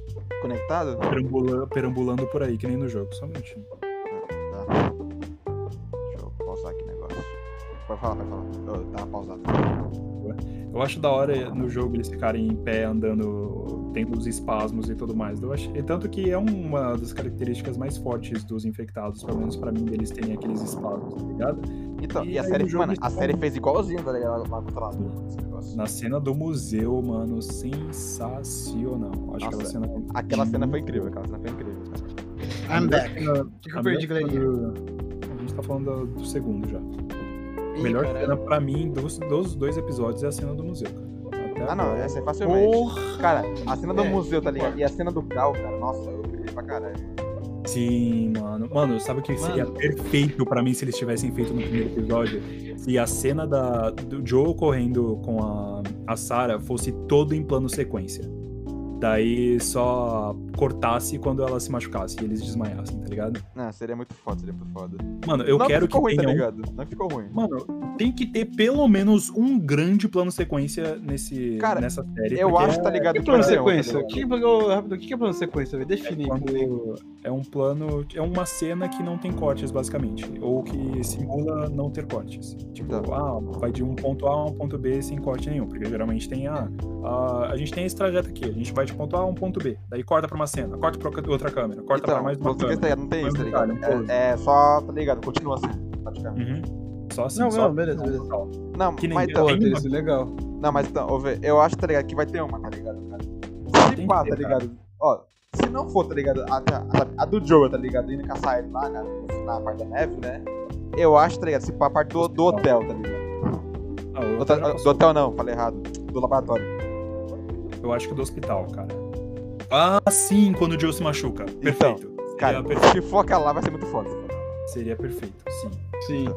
Conectado? perambula- perambulando por aí, que nem no jogo. Só um minutinho. Tá. Deixa eu pausar aqui o negócio. Pode falar, pode falar. Eu tava pausado. Eu acho da hora no jogo eles ficarem em pé andando, tendo os espasmos e tudo mais. Eu achei, tanto que é uma das características mais fortes dos infectados, pelo menos pra mim, deles terem aqueles espasmos, tá ligado? Então, e, E a aí série, no jogo mano, a eles série fez igualzinho, tá ligado? Lá contra lá. esse negócio. Na cena do museu, mano, sensacional. Acho Nossa, que aquela cena. Aquela cena foi incrível, aquela cena foi incrível. I'm back. A O que, que eu perdi, melhor galerinha? cena do- A gente tá falando do, do segundo já. A Ih, melhor caralho. cena pra mim dos, dos dois episódios é a cena do museu. cara. Até Ah não, agora- essa é facilmente. Porra! Cara, a cena do É, museu, tá ligado? E a cena do carro, cara, nossa, eu brilhei pra caralho. Sim, mano. Mano, sabe o que seria perfeito pra mim se eles tivessem feito no primeiro episódio? Se a cena da, do Joe correndo com a, a Sarah fosse todo em plano sequência. Daí só cortasse quando ela se machucasse e eles desmaiassem, tá ligado? Não, seria muito foda, seria muito foda. Mano, eu não quero que ficou ruim, tenha tá um ligado? Não ficou ruim. Mano, tem que ter pelo menos um grande plano sequência nesse, Cara, nessa série. Eu porque é acho, tá ligado? Que que plano vai ser um, tá sequência? O ligado? que, ô, rápido, o que que é plano sequência? velho? É, Define aí comigo. quando é um plano. É uma cena que não tem cortes, basicamente. Ou que simula não ter cortes. Tipo, Tá. ah, vai de um ponto A a um ponto B sem corte nenhum. Porque geralmente tem a. A, a gente tem esse trajeto aqui. A gente vai de ponto A a um ponto B. Daí corta pra uma cena, corta pra outra câmera, corta pra Então, mais uma plano sequência, tá câmera. ligado? Não tem isso, Mais tá um ligado? cara, um É, é só, tá ligado? Continua assim, praticamente. Uhum. Só assim, Não, só não, beleza, beleza. Não, Que nem mas eu, então, tem Pô, uma- isso é legal. Não, mas então, ô, vê, eu acho, tá ligado, que vai ter uma, tá ligado, cara? Tem Se que pá, ter, tá cara. ligado? Ó, se não for, tá ligado, a, a- a do Joe, tá ligado, indo caçar ele lá, cara, na parte da neve, né? Eu acho, tá ligado, se pá, a parte do, do hotel, tá ligado? Ah, eu- Do, hotel- do hotel não, falei errado. Do laboratório. Eu acho que do hospital, cara. Ah, sim, quando o Joe se machuca. Perfeito. Seria Então, Cara, per- se for aquela lá, vai ser muito foda. Seria perfeito, sim. Sim.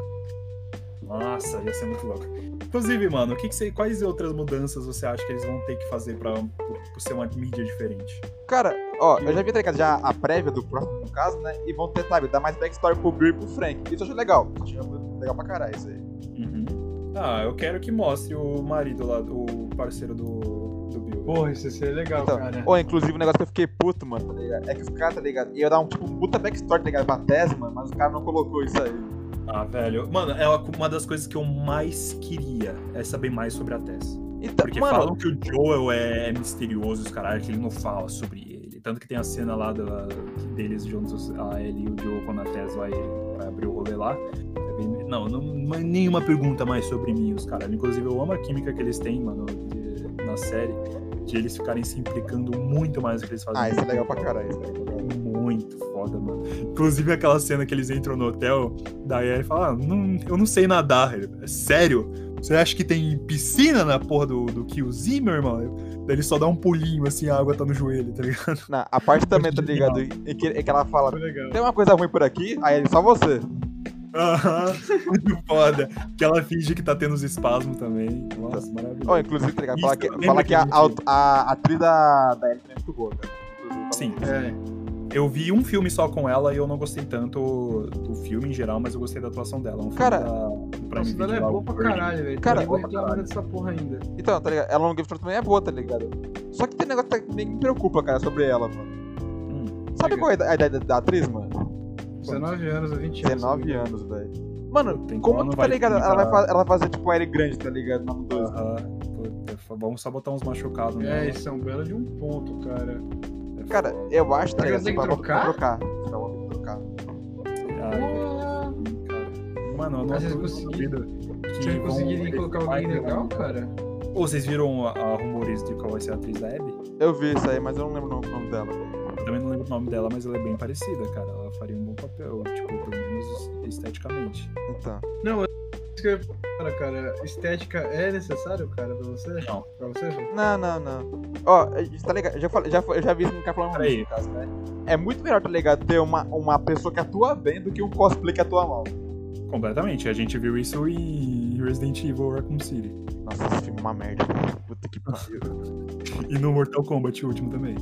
Nossa, ia ser muito louco. Inclusive, mano, o que que você- quais outras mudanças você acha que eles vão ter que fazer pra, pra ser uma mídia diferente? Cara, ó, eu já vi, tá ligado, já a prévia do próximo caso, né? E vão tentar sabe, dar mais backstory pro Bill e pro Frank. Isso eu achei legal. Achei legal pra caralho isso aí. Ah, eu quero que mostre o marido lá, o parceiro do, do Bill. Porra, isso seria legal, Então, cara. Ou, inclusive, o negócio que eu fiquei puto, mano, tá ligado? É que os caras, tá ligado? Ia dar um tipo um puta backstory, tá ligado? Pra tese, mano, mas os caras não colocou isso aí. Ah, velho. Mano, é uma das coisas que eu mais queria é saber mais sobre a Tess. Então, Porque mano, falam que o Joel é misterioso, os caras, que ele não fala sobre ele. Tanto que tem a cena lá da- deles juntos, a Ellie e o Joel, quando a Tess vai, vai abrir o rolê lá. É bem- Não, não, mas nenhuma pergunta mais sobre mim, os caras. Inclusive, eu amo a química que eles têm, mano, de- na série. De eles ficarem se implicando muito mais do que eles fazem. Ah, isso é legal pra caralho. Isso é legal pra caralho. Muito foda, mano. Inclusive aquela cena que eles entram no hotel, daí ele fala: ah, não, Eu não sei nadar. Ele, "É Sério? Você acha que tem piscina na porra do, do QZ, meu irmão? Daí ele só dá um pulinho assim, a água tá no joelho, tá ligado? (laughs) Não, a parte também, tá ligado? É que, é que ela fala, Foi legal. tem uma coisa ruim por aqui, aí ele, só você. Aham, muito foda. Que ela finge que tá tendo os espasmos também. Nossa, maravilhoso. Ó, inclusive, tá ligado? Isso, Fala que, lembra fala que a, que a gente- a, a atriz da, da Ellie também é muito boa, cara. Inclusive, fala- Sim, É. eu vi um filme só com ela e eu não gostei tanto do filme em geral, mas eu gostei da atuação dela. Um filme Cara, da, do Prime Nossa, Video ela é lá, boa o pra Purge. caralho, velho. Cara, Cara, eu boa pra reclamando dessa porra ainda. Então, tá ligado? Ela no Game of Thrones também é boa, tá ligado? Só que tem negócio que tá- me preocupa, cara, sobre ela, mano. Hum, Sabe Diga. qual é a idade a idade da atriz, mano? 19 anos, ou 20 anos. 19 anos, velho. Mano, Tem como como que não tá vai ligado? Ela vai, tentar- fa- ela vai fazer tipo a L grande, tá ligado? Não, dois. Aham. Puta, fa- vamos só botar uns machucados, né? É, isso é um belo de um ponto, cara. Cara, eu acho, tá Será ligado? que tem Tipo, que ela vai trocar. Ela vai trocar. Ai, velho, cara. Mano, eu não Mas vocês acredito conseguiram- que Vocês vão conseguirem ter colocar mais alguém legal, grana. cara? Ou vocês viram a, a rumores de qual vai ser a atriz da Abby? Eu vi isso aí, mas eu não lembro o nome- o nome dela. velho. Eu também não lembro o nome dela, mas ela é bem parecida, cara. Ela faria um bom papel, tipo, pelo menos esteticamente. Então. Não, isso que eu ia falar, cara. Estética é necessário, cara, pra você? Não. Pra você, João? Não, não, não. Ó, isso tá ligado? Já, falei- já, fa- eu já vi isso no cara falando Peraí. no caso, né? É muito melhor, tá ligado? Ter uma, uma pessoa que atua bem do que um cosplay que atua mal. Completamente. A gente viu isso em Resident Evil Raccoon City. Nossa, esse filme é uma merda. Puta que pariu. E no Mortal Kombat, o último também.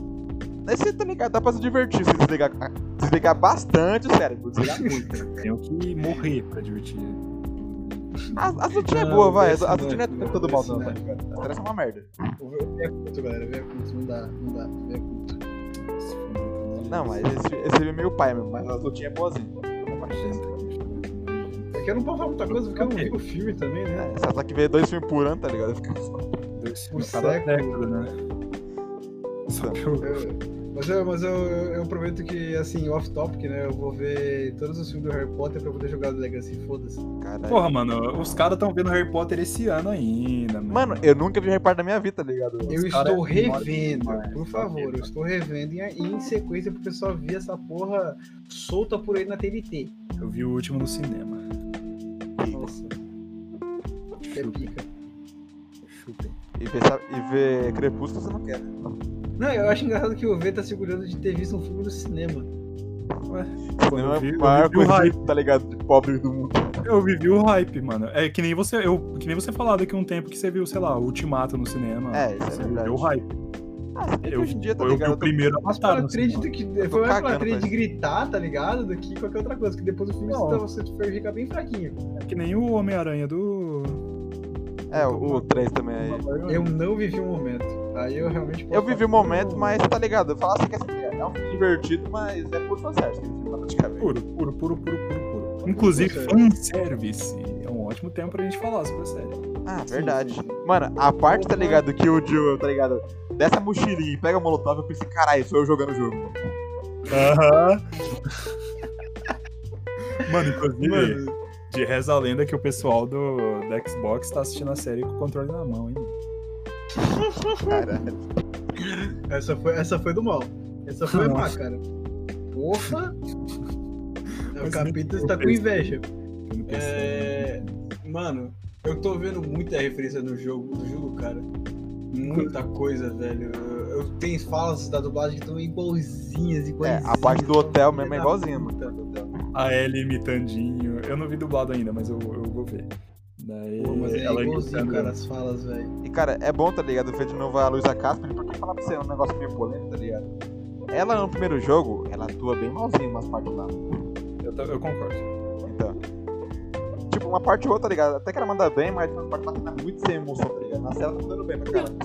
Nesse, tá ligado? Dá pra se divertir se desligar, desligar bastante o cérebro. Desligar muito. Tenho que morrer pra divertir. As, as lutinhas é Não, boa, vai. As, esse as não, lutinhas não é não, todo mal, esse não, não. tá ligado? As três são uma merda. É culto, galera. É culto. Não dá, não dá. É culto. Esse filme é todo jeito. Não, mas esse, esse filme é meio pai mesmo, mas as lutinhas é boazinha. É que eu não posso falar muita coisa porque eu não vi o filme também, né? É, Essas aqui vê dois filmes por ano, tá ligado? Fica só. Dois Um Por filmes cada século, década, né? Só que eu- Eu- Mas, eu, mas eu, eu prometo que, assim, off-topic, né? Eu vou ver todos os filmes do Harry Potter pra poder jogar Legacy, foda-se. Caralho. Porra, mano, os caras estão vendo Harry Potter esse ano ainda, mano. Mano, eu nunca vi Harry Potter na minha vida, tá ligado? Eu cara estou é demais, revendo, demais, por demais. favor, eu estou revendo em, em sequência porque eu só vi essa porra solta por aí na TNT. Eu vi o último no cinema. Nossa, que é pica. Chupem. E ver, essa- e ver Crepúsculo você não quer. né? Não, eu acho engraçado que o V tá segurando de ter visto um filme no cinema. Quando Não eu é vi- a eu maior vi o hype. coisa, tá ligado? De pobre do mundo. Eu vivi o hype, mano. É que nem você, eu, que nem você falar daqui a um tempo que você viu, sei lá, o Ultimato no cinema. É, isso é você verdade. viu o hype. Ah, se bem que Eu- hoje em dia, tá eu vi ligado? o primeiro Mas eu Avatar no cinema. acredito que tô foi mais pela cagando trilha pra de gritar, tá ligado? Do que qualquer outra coisa, que depois o filme Não. então, você fica bem fraquinho. É que nem o Homem-Aranha do... É, o, o 3 também aí. Eu não vivi o momento. Aí eu realmente posso Eu vivi o falar que momento, eu- mas tá ligado? Eu falo assim que é, é um filme divertido, mas é puro fanservice aquele filme lá praticamente. Puro, puro, puro, puro, puro, puro. Inclusive, fanservice. É um ótimo tempo pra gente falar sobre a série. Ah, Sim, verdade. sim, sim. Mano, a parte, tá Porra. ligado, que o Joel, tá ligado? Dessa mochilinha e pega o molotov, eu pensei, caralho, sou eu jogando o jogo. Aham. Mano, inclusive, Mano, de reza a lenda que o pessoal do, do Xbox tá assistindo a série com o controle na mão, hein? Caralho. Essa foi, essa foi do mal. Essa foi má, Nossa. cara. Porra! Mas o me- capítulo eu está com pensei- inveja. Eu não pensei. É... Mano, eu tô vendo muita referência no jogo, do jogo, cara. Muita coisa, velho. Eu, eu tenho falas da dublagem que estão igualzinhas, É, igualzinhas. a parte do hotel mesmo Filha é da igualzinha, puta. mano. A Ellie imitandinho. Eu não vi dublado ainda, mas eu, eu vou ver. Daí, Pô, mas é ela igualzinho, imitando- cara, as falas, velho. E cara, é bom, tá ligado? Ver de novo a Luísa Casper, porque falar pra você é um negócio meio polêmico, tá ligado? Ela no primeiro jogo, ela atua bem malzinho umas partes lá. Eu, tô- eu concordo. Então. Tipo, uma parte ou outra, tá ligado? Até que ela manda bem, mas uma parte lá que tá muito sem emoção, tá ligado? Na cena tá dando bem pra caralho.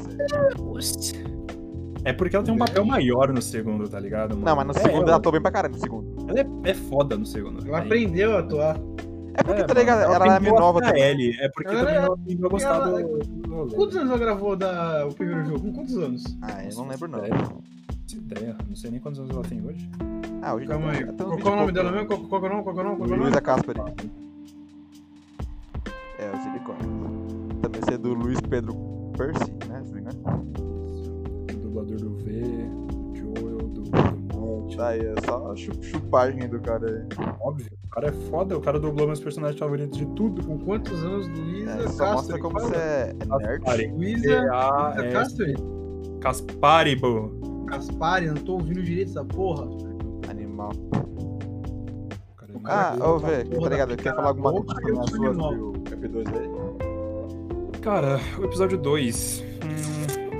É porque ela tem um papel maior no segundo, tá ligado? mano? Não, mas no É, segundo ela ela, atua bem pra caralho, no segundo. ela é, é foda no segundo. Ela Aí- aprendeu a atuar. É porque, É, tá ligado? mano, Ela, é meio aprendeu a nova ser a também. Ellie. É porque Ela também é- não aprendeu a gostar ela- do- do rolê. Quantos anos ela gravou da, o primeiro jogo? Com quantos anos? Ah, eu não lembro não. É. Essa ideia, Não sei nem quantos anos ela tem hoje. Ah, hoje Calma aí. ela tem uns Qual, 20 qual e o nome pouco, dela né? mesmo? Qual, qual que é o nome? Qual que é o nome? Qual que é o nome? Luísa Casper. É, o silicone. Também esse é do Luiz Pedro Percy, né? Se não me engano. Do dublador do V, do Joel, do, do Morty. Daí é só chu- chupagem do cara aí. Óbvio, o cara é foda, o cara dublou meus personagens favoritos de tudo. Com quantos anos Luísa É, só mostra Castro? como você é, é nerd. Caspari. é, Luísa Luísa C-A-S- Castro? Casparibo. Caspari, não tô ouvindo direito essa porra. Animal. Cara, O cara Ah, é ô uma Vê, porra tá ligado? da Quer falar alguma boca, coisa eu nas sou suas animal. do F2 aí? Cara, o episódio 2.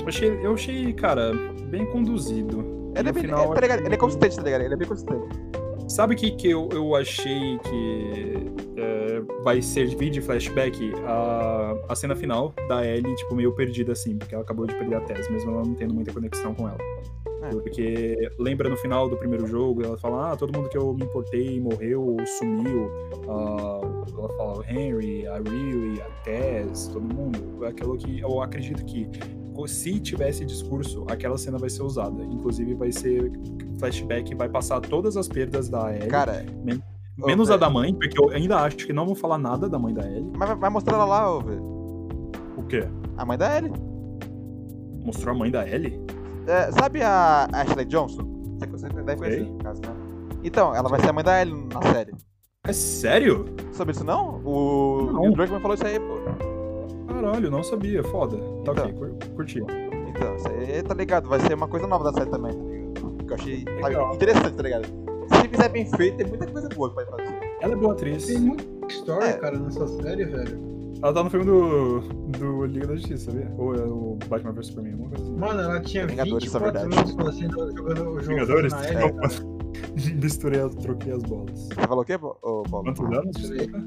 eu, achei, eu achei, cara, bem conduzido. Ele é no bem, final, é, tá ligado? acho Ele é consistente, tá ligado? Ele é bem consistente. Sabe o que, que eu, eu achei que é, vai servir de flashback? A, a cena final da Ellie, tipo, meio perdida assim, porque ela acabou de perder a tese, mesmo ela não tendo muita conexão com ela. É. Porque lembra no final do primeiro jogo, ela fala, ah, todo mundo que eu me importei morreu ou sumiu. Ah, ela fala o Henry, a Riri, a Tess, todo mundo. É Aquilo que eu acredito que se tivesse discurso, aquela cena vai ser usada. Inclusive, vai ser flashback, vai passar todas as perdas da É, Ellie, Cara, ô, menos a velho. da mãe, porque eu ainda acho que não vou falar nada da mãe da Ellie. mas vai- vai mostrar ela lá, ô Vê. O quê? A mãe da Ellie. Mostrou a mãe da Ellie? É, sabe a Ashley Johnson? Você você deve conhecer, Sei. no caso, né? Então, ela vai ser a mãe da Ellie na série. É sério? Sobre isso não? O, Não. o Druckmann falou isso aí, pô. Caralho, não sabia. Foda. Tá ok, cur- curti. Então, isso aí, tá ligado? Vai ser uma coisa nova da série também, tá ligado? Que eu achei sabe, Legal. interessante, tá ligado? Se fizer bem feito, tem muita coisa boa que pode fazer. Ela é boa atriz. Tem muita história, É. cara, nessa série, velho. Ela Ela tá no filme do, do Liga da Justiça, sabia? Ou é o Batman vs Superman, alguma coisa assim. Mano, ela tinha Vingadores, na 24 verdade. anos quando você tava jogando o jogo. Vingadores? na É, época. Opa. assim. (laughs) Misturei, as- troquei as bolas. Você falou o quê, Bo- ô, Paulo? Quantos anos? Desculpa.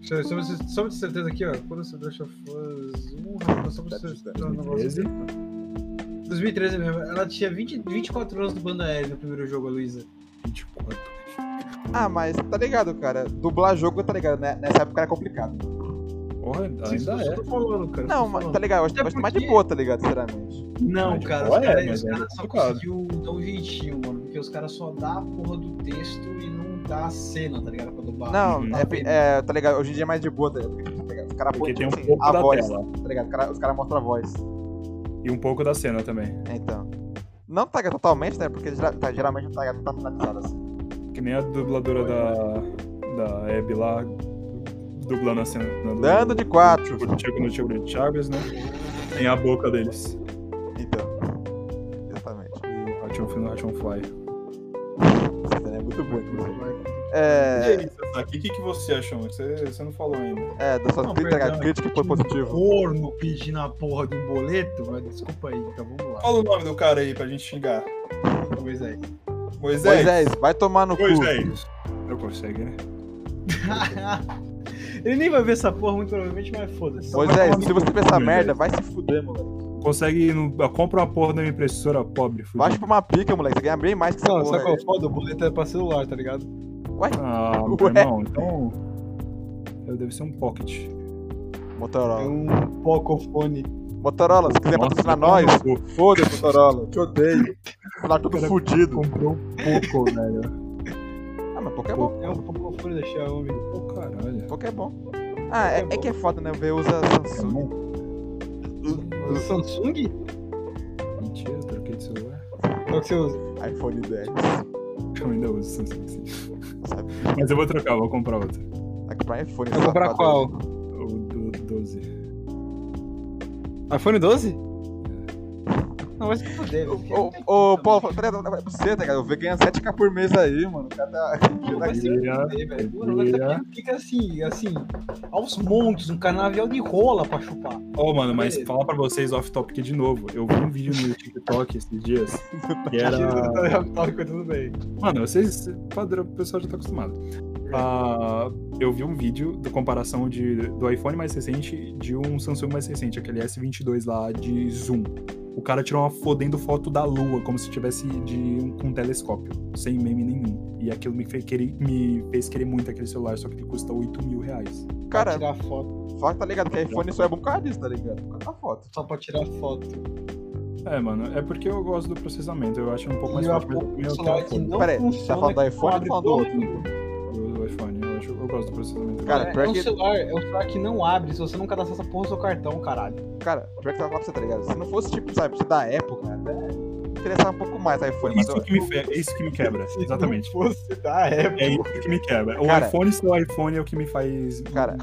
Deixa eu- Só, pra- só pra ter certeza aqui, ó. Quando você deixa um rapaz, só pra ter certeza. um negócio. 2013. 2013 mesmo. Ela tinha 20, 24 anos do Banda Aérea no primeiro jogo, a Luísa. 24. Ah, mas tá ligado, cara. Dublar jogo, tá ligado, né? Nessa época era complicado. Porra, Sim, ainda eu é. tô falando, cara. Não, tô mas falando. tá ligado. Eu acho Até eu acho mais de porque- boa, tá ligado, sinceramente. Não, Mas, tipo, cara, qual os é, caras mas é cara só complicado. conseguiu dar um jeitinho, mano. Porque os caras só dá a porra do texto e não dá a cena, tá ligado? Pra dublar. Não, Uhum. é, é, tá ligado? Hoje em dia é mais de boa, tá ligado? Tá ligado? Os caras Porque tem um tipo assim, pouco a da voz, tela. tá ligado? Os cara- Os caras mostram a voz. E um pouco da cena também. Então. Não tá ligado, totalmente, né? Porque gera- tá, geralmente tá, ligado, não tá finalizado assim. Que nem a dubladora da. da Abby lá. Dublando a cena. né, do- Dando de quatro. do Tiago Tipo, no Tiago de Chaves, né? Tem a boca deles. Então. Exatamente. E o Hatch on Fly no Hatch on Fly. Essa cena é muito boa, inclusive. É. o que, que você achou? Você, você não falou ainda. É, da sua Não, crítica, perdão, crítica foi Um positivo. corno pedindo a porra de um boleto, mas desculpa aí, então vamos lá. Fala o nome do cara aí pra gente xingar. Pois é. (laughs) Moisés, vai tomar no cu. Eu consegue, né? Ele nem vai ver essa porra, muito provavelmente, mas foda-se. Moisés, se você pensar Moisés. merda, vai se fuder, moleque. Consegue. ir No... Compra uma porra da minha impressora pobre. fudido. Vai pra uma pica, moleque. Você ganha bem mais que essa Não, porra. sabe né? qual aí. é o foda? O boleto é pra celular, tá ligado? Ah, meu Ué. irmão, então. eu- Deve ser um pocket. É Motorola. um pocofone. Motorola, se quiser Nossa, um patrocinar vai nós, tomar no cu. foda-se, Motorola. Te odeio. Falar tudo Cara, fudido. Comprou um pouco, velho. Ah, mas pouco é bom. É um pocofone da Xiaomi. Pô, caralho. É Pouco é bom. Ah, é, Pouco é é que é foda, né? Ver usa Samsung. Pokémon? Do Samsung? Mentira, troquei de celular. Qual que você usa? iPhone Tá 10. Eu ainda uso Samsung, sim. Sabe? Mas eu vou trocar, eu vou comprar outro. Vai comprar iPhone. Vai comprar safado. qual? O do 12. iPhone 12? Não, vai se fuder. Ô, ô, ô, Paulo, tá ligado? Pra você, tá ligado? Eu vi ganhando 7k por mês aí, mano. O cara tá. Vai se fuder, velho. tá Mano, essa Queria. menina fica assim, assim, aos montes, um canavial de rola pra chupar. Ô, mano, mas Beleza. falar pra vocês off-topic de novo. Eu vi um vídeo no TikTok esses dias que era. tudo bem. Mano, vocês. Padrão, o pessoal já tá acostumado. Ah, eu vi um vídeo da comparação de, do iPhone mais recente de um Samsung mais recente, aquele S22 lá de zoom. O cara tirou uma fodendo foto da lua, como se tivesse de um, com um telescópio, sem meme nenhum. E aquilo me fez, querer, me fez querer muito aquele celular, só que ele custa 8 mil reais. Cara, Pra tirar foto. Só que tá ligado que iPhone só é bom por causa disso, tá ligado? Por causa da foto. Só pra tirar foto. É, mano, é porque eu gosto do processamento, eu acho um pouco mais E eu forte, mas aponto também pro eu celular tenho que foda não Pera aí, funciona. tá falando do que iPhone ou abre falando do porra outro? nenhuma. do do iPhone, eu, acho, eu gosto do processamento. Cara, é, pior é um que- celular, é um celular que não abre se você não cadastrar essa porra do seu cartão, caralho. Cara, pior que eu tava falando pra você, tá ligado? Se não fosse, tipo, sabe, da Apple, cara, até interessava um pouco mais iPhone, mas isso, que me fe- é isso que me quebra, (laughs) exatamente. Se não fosse da Apple. É isso que me quebra. O Cara- iPhone seu iPhone é o que me faz. um Cara.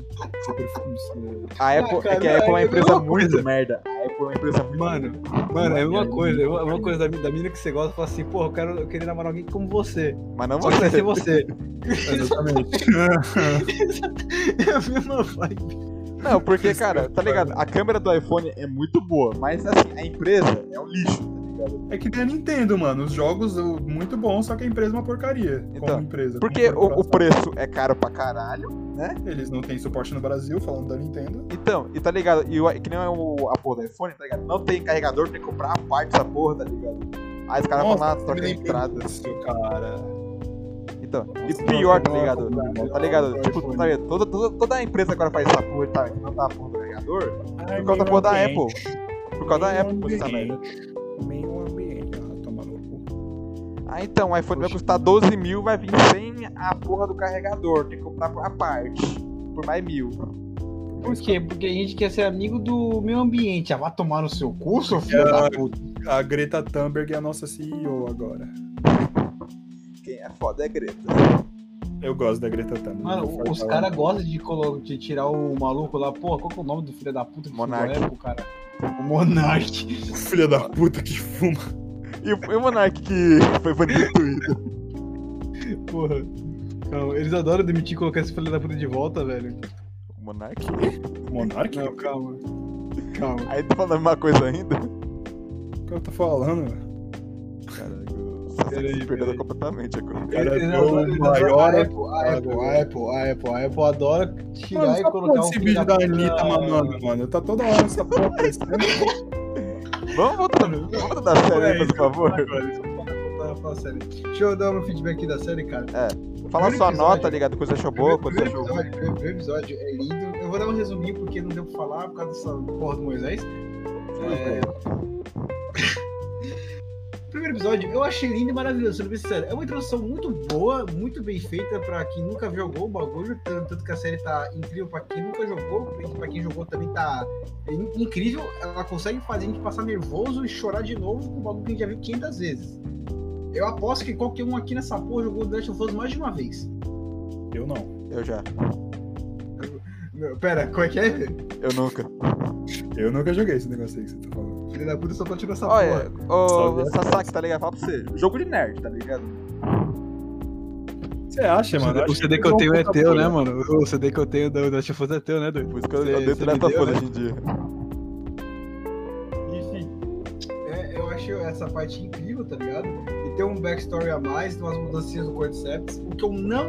super- (laughs) super- a Apple, é que a cara, Apple é uma é a empresa mesma muito coisa. merda. A Apple é uma empresa muito Mano, mano, é uma coisa, é uma é uma coisa da, mi- da mina que você gosta, fala assim, porra, eu quero, eu queria namorar alguém como você. Mas não Só que vai ser você. (laughs) você. (laughs) Exatamente. É a mesma vibe. Não, porque, cara, tá ligado? A câmera do iPhone é muito boa, mas assim, a empresa é um lixo, tá ligado? é que tem a Nintendo, mano. Os jogos o- muito bons, só que a empresa é uma porcaria. Então, como empresa. Porque como o, o corporação. preço é caro pra caralho. Eles não têm suporte no Brasil, falando da Nintendo. Então, e tá ligado? E o, que nem o, a porra do iPhone, tá ligado? Não tem carregador, tem que comprar a parte dessa porra, tá ligado? Aí os caras vão lá, troca de entrada. Isso, cara. Então, e Nossa, pior, nossa, tá ligado? nossa, Tá ligado? nossa, Tipo, iPhone. tá ligado? Toda, toda, toda a empresa agora faz essa porra e tá que não tá a porra do carregador Ai, por causa da meio porra da Apple. ambiente, por causa da meio Apple, essa merda. ambiente, Meio ambiente. Ah, toma no cu. Ah, então, o iPhone vai Poxa. custar 12 mil, vai vir sem a porra do carregador. Tem que comprar a parte. Por mais mil. Por quê? Porque a gente quer ser amigo do meio ambiente. Ah, vai tomar no seu cu, seu filho Ah. da puta. A Greta Thunberg é a nossa CEO agora. Quem é foda é Greta. Eu gosto da Greta Thunberg. Mano, os caras gostam de, colo- de tirar o maluco lá. Porra, qual que é o nome do filho da puta que fundou a Monark. Apple, cara? O (laughs) Monark. Filha da puta que fuma. E, o- e o Monark que foi banido do Twitter. Porra. Não, eles adoram demitir e colocar esse filho da puta de volta, velho. Monark? Monark? Não, calma. Calma. Aí tá falando uma coisa ainda? O que eu tô falando, velho? Caraca, você Peraí, se perdeu peraí. completamente agora. Cara, Ele- deu ele- uma ele- maior- a Apple, a Apple, a Apple, a Apple, a Apple adora tirar Mano, e essa porra colocar um desse filho vídeo da puta- Anitta mamando, mano. Tá toda hora essa porra aparecendo. Vamos voltar, vamos voltar da série, aí, É, isso por que eu vou favor. falar agora, isso que eu vou falar, eu vou falar sério. Deixa eu dar um feedback aqui da série, cara. Fala Primeiro sua episódio. nota, tá ligado? Coisa achou boa, O coisa primeiro achou episódio, o primeiro episódio é lindo. Eu vou dar um resuminho porque não deu pra falar por causa dessa porra do Moisés. É, Primeiro episódio, eu achei lindo e maravilhoso, sendo bem sincero. É uma introdução muito boa, muito bem feita pra quem nunca jogou o bagulho, tanto, tanto que a série tá incrível pra quem nunca jogou, e pra quem jogou também tá in- incrível. Ela consegue fazer a gente passar nervoso e chorar de novo com o bagulho que a gente já viu 500 vezes. Eu aposto que qualquer um aqui nessa porra jogou The Last of Us mais de uma vez. Eu não. Eu já. Não, pera, como é que é, velho? Eu nunca. Tá Eu nunca joguei esse negócio aí que você tá falando. Filho da puta só tá tirando essa Olha, porra. ô Salve. Sasaki, tá ligado? Fala pra você. Jogo de nerd, tá ligado? Você acha, mano? o Acho CD que eu tenho é teu, né, mano? O CD que eu tenho da Last of Us é teu, né, doido? Por isso que eu, Cê- eu cê deito me nessa deu, foda né? hoje em dia. Enfim, é, eu acho essa parte incrível, tá ligado? E tem um backstory a mais, tem umas mudanças do Cordyceps, o que eu não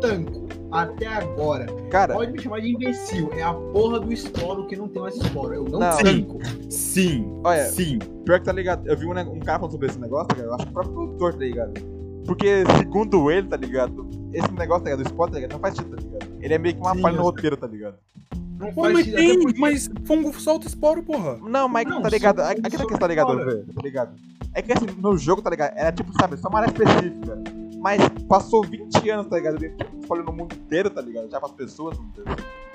tanco até agora. Cara, Pode me chamar de imbecil, é a porra do esporo que não tem mais esporo. Eu não, Não. tanco. Sim. Olha. Sim. pior que tá ligado, eu vi um, ne- um cara falando sobre esse negócio, tá ligado? Eu acho que o próprio produtor, tá ligado? Porque, segundo ele, tá ligado? Esse negócio, tá ligado? Do spot, tá ligado? Não faz sentido, tá ligado? Ele é meio que uma Sim, falha no eu sei. roteiro, tá ligado? Não Pô, faz mas sentido, até tem, porque- mas fungo solta esporo, porra. Não, mas Não, tá ligado? só- Aqui só- questão, tá ligado, fora. velho? Tá ligado? É que assim, no jogo, tá ligado? Era tipo, sabe, só uma área específica. Mas passou 20 anos, tá ligado? Ele espalhou no mundo inteiro, tá ligado? Já pras pessoas, não sei.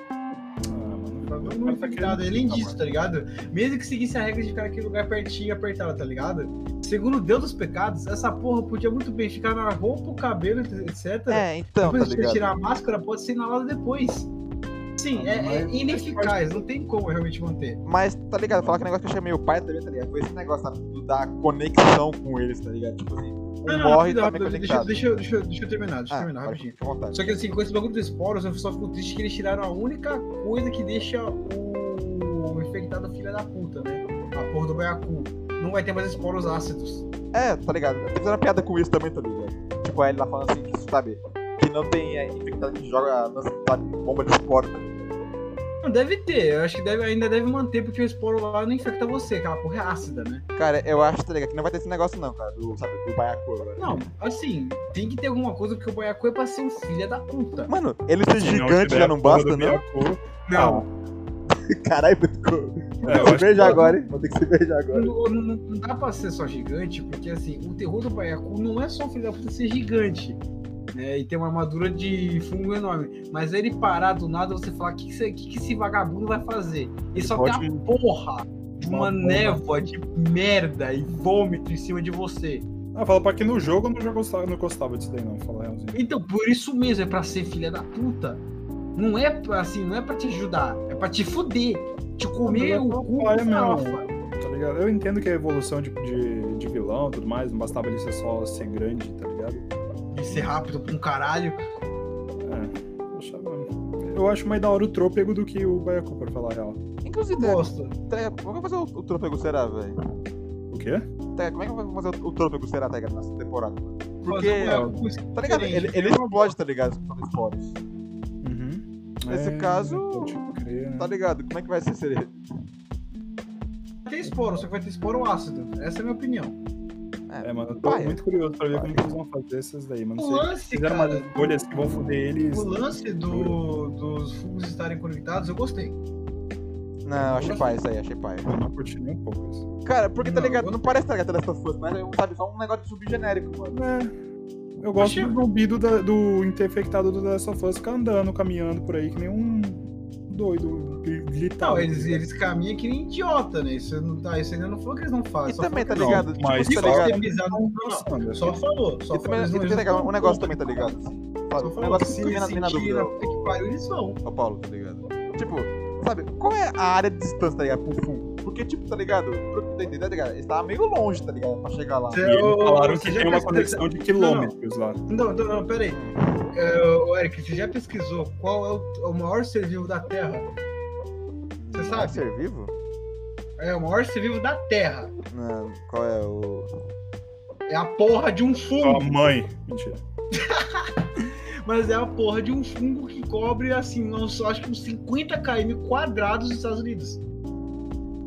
Ah, mano. Não, não, tá não, nada além disso, tá ligado? Mesmo que seguisse a regra de ficar aquele lugar pertinho e apertado, tá ligado? Segundo Deus dos pecados, essa porra podia muito bem ficar na roupa, o cabelo, etc. É, então, tá depois de ligado? tirar a máscara, pode ser inalada depois. Sim, Ah, é, mas- é ineficaz, não tem como realmente manter. Mas, tá ligado? Falar que negócio que eu achei meio pai também, tá ligado? Foi esse negócio, sabe? do- Da conexão com eles, tá ligado? Tipo assim, um morre e rápido, tá meio rápido, deixa, conectado. deixa, eu- deixa, eu- deixa eu terminar, deixa eu Ah, terminar pode- rapidinho. fica à vontade. Só que assim, com esse bagulho do esporos, eu só fico triste que eles tiraram a única coisa que deixa o infectado filha da puta, né? A porra do baiacu. Não vai ter mais esporos ácidos. É, tá ligado? Eu tô fazendo uma piada com isso também, tá ligado? Tipo, a Ellie lá falando assim, que, sabe? Que não tem é, infectado que joga, não sabe, bomba de esporte. Não, deve ter, eu acho que deve, ainda deve manter, porque o esporo lá não infecta você, aquela porra é ácida, né? Cara, eu acho, tá ligado? Que não vai ter esse negócio não, cara, do, sabe, do baiacu agora. Não, assim, tem que ter alguma coisa, porque o baiacu é pra ser um filho da puta. Mano, ele ser gigante já não basta, não? Não, (laughs) Caralho, ficou. É, eu Vou acho que beijar pode. agora, hein? Vou ter que se beijar agora. Não, não- não- não dá pra ser só gigante, porque assim, o terror do Baiacu não é só o filho da puta ser gigante. né, e ter uma armadura de fungo enorme. Mas ele parar do nada, você falar, o que, que, esse- que que esse vagabundo vai fazer? Ele, Ele só pode- tem a porra de uma, Uma bomba. névoa de merda e vômito em cima de você. Ah, fala pra que no jogo eu não, já gostava, não gostava disso daí, não. Fala realzinho. Então, por isso mesmo, é pra ser filha da puta. Não é pra- assim, não é pra te ajudar, é pra te fuder, te comer Mas é o cu com papai, meu. farofa. Tá ligado? Eu entendo que é evolução de, de, de vilão e tudo mais, não bastava ele ser só ser grande, tá ligado? E ser rápido pra um caralho. É, eu achava- Eu acho mais da hora o trôpego do que o Baiacu, pra falar a real. Inclusive, tá ligado? Gosto. tá ligado? Como é que vai fazer o, o trôpego será, velho? O quê? Tá ligado? Como é que vai fazer o, o trôpego será, tá ligado, nessa temporada? mano? Porque, Fazer um Baiacu tá ligado? Ele, ele explode, tá ligado? Os esportes. Uhum. Nesse É, caso, Pode crer, né? Tá ligado? Como é que vai ser se ele... Vai ter esporo, só que vai ter esporo ácido. Essa é a minha opinião. É, mano, eu tô Vai, muito curioso pra ver Vai. como que eles vão fazer essas daí, mano. O Se eles lance, fizeram cara, umas bolhas que vão foder eles. o lance do, dos fungos estarem conectados, eu gostei. Não, achei pai isso aí, achei pai. Eu não curti nem um pouco isso. Cara, porque tá Não, ligado? eu- Não parece tá ligado The Last of Us, mas é um, sabe, só um negócio de subgenérico, mano. É. Eu gosto Achei- do zumbido da- do infectado do Last of Us ficar andando, caminhando por aí, que nem um doido gri- gritado. Não, é. eles, eles caminham que nem idiota, né? Isso, não tá, isso ainda não foi o que eles não fazem. E só também, tá falou que ligado? Não, mas tipo, tá não. ligado? Só pisar no- não, não. Só falou. Só E também, falou. e também tá ligado? Um negócio também, tá ligado? Sabe, um negócio que me na- me na dúvida, né? Puta que pariu, eles vão. ô Paulo, tá ligado? Tipo, sabe, qual é a área de distância, tá ligado? Pro fundo? Porque, tipo, tá ligado? Pro que eu entendi, tá ligado? Eles estavam meio longe, tá ligado? Pra chegar lá. E eles falaram Você que já tem uma percebeu- conexão de quilômetros lá. Não, não, não, peraí. Hum. É, o- Eric, você já pesquisou qual é o, o maior ser vivo da Terra? Você Não é sabe? ser vivo? É o maior ser vivo da Terra. Não, qual é o. É a porra de um Sua fungo. mãe. Mentira. Mas é a porra de um fungo que cobre, assim, uns- acho que uns 50 km quadrados dos Estados Unidos.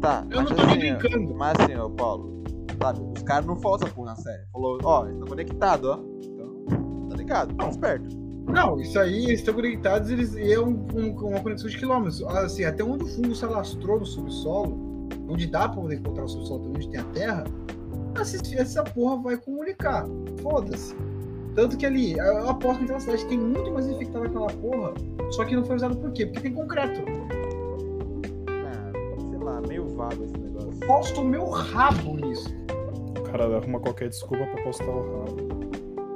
Tá, Eu mas não tô nem assim, ó, brincando. Mas assim, ô Paulo, sabe, os caras não falam essa porra na série. Falou, ó, eles estão conectados, ó. Então, tá ligado, tá esperto. Não, isso aí, eles estão conectados, eles e é um- um- uma conexão de quilômetros. Assim, até onde o fungo se alastrou no subsolo, onde dá pra poder encontrar o subsolo também, onde tem a terra, essa, essa porra vai comunicar. Foda-se. Tanto que ali, eu aposto que naquela cidade tem muito mais infectado aquela porra, só que não foi usado por quê? Porque tem concreto. Ah, sei lá, meio vago esse negócio. Posto o meu rabo nisso. O cara arruma qualquer desculpa pra postar o rabo.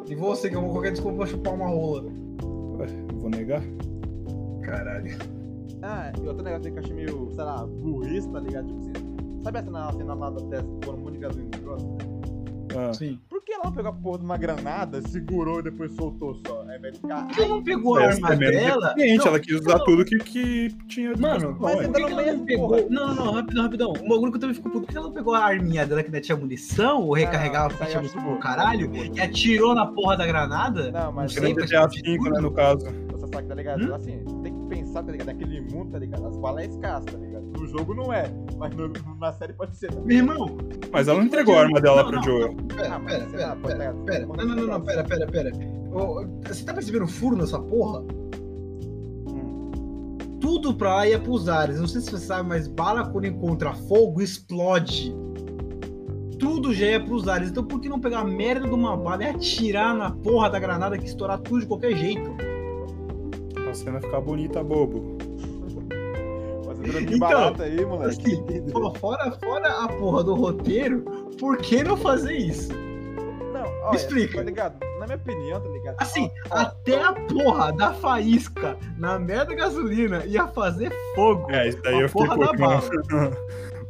E você que arrumou qualquer desculpa pra chupar uma rola. Vou negar? Caralho. Ah, e outro negócio que eu achei meio, sei lá, burrice, tá ligado? Tipo assim, sabe essa na cena lá da testa, quando um monte de gasolina no negócio? Ah, Sim. Por que ela pegou a porra de uma granada, segurou e depois soltou só? Aí vai ficar. (laughs) Por que ela não pegou a essa é arma menos dela? eficiente, Não, ela quis usar tudo que, que tinha. Mano, disponível. mas Olha, você Por tá que no que ela meio, não pegou? Não, não, não, rapidão, rapidão. Um bagulho que eu também fico puto. Por que ela não pegou a arminha dela que ainda tinha munição? Ou Ah, recarregava isso pra aí tinha eu acho munição burro, pro caralho? isso aí eu acho burro. E atirou na porra da granada? Não, mas Tirando sei, tem- mas- GTA V, né, no caso. Você sabe, tá ligado? Hum? Assim, tem que pensar, tá ligado? Naquele mundo, tá ligado? As balas é escassas, tá ligado? No jogo não é, mas no- no- na série pode ser. Meu irmão, Mas ela não entregou a arma dela pro Joel. pera, Ah, mas pera, sei lá, pera, pode pera, pegar- tá pera. Não, não, não, não, pera, pera, pera. Ô, Você tá percebendo o furo nessa porra? Tudo pra lá ia pros ares. Não sei se você sabe, mas bala quando encontra fogo explode. Tudo já ia pros ares. Então por que não pegar a merda de uma bala e atirar na porra da granada que estourar tudo de qualquer jeito? Então A cena ficar bonita, bobo. Fazer drama Então, barato aí, moleque. Assim, pô, fora, fora a porra do roteiro, por que não fazer isso? Não, olha, explica. Tá ligado? Na minha opinião, tá ligado? Assim, até a porra da faísca na merda gasolina ia fazer fogo. É, isso daí A eu fiquei porra da puto, mano.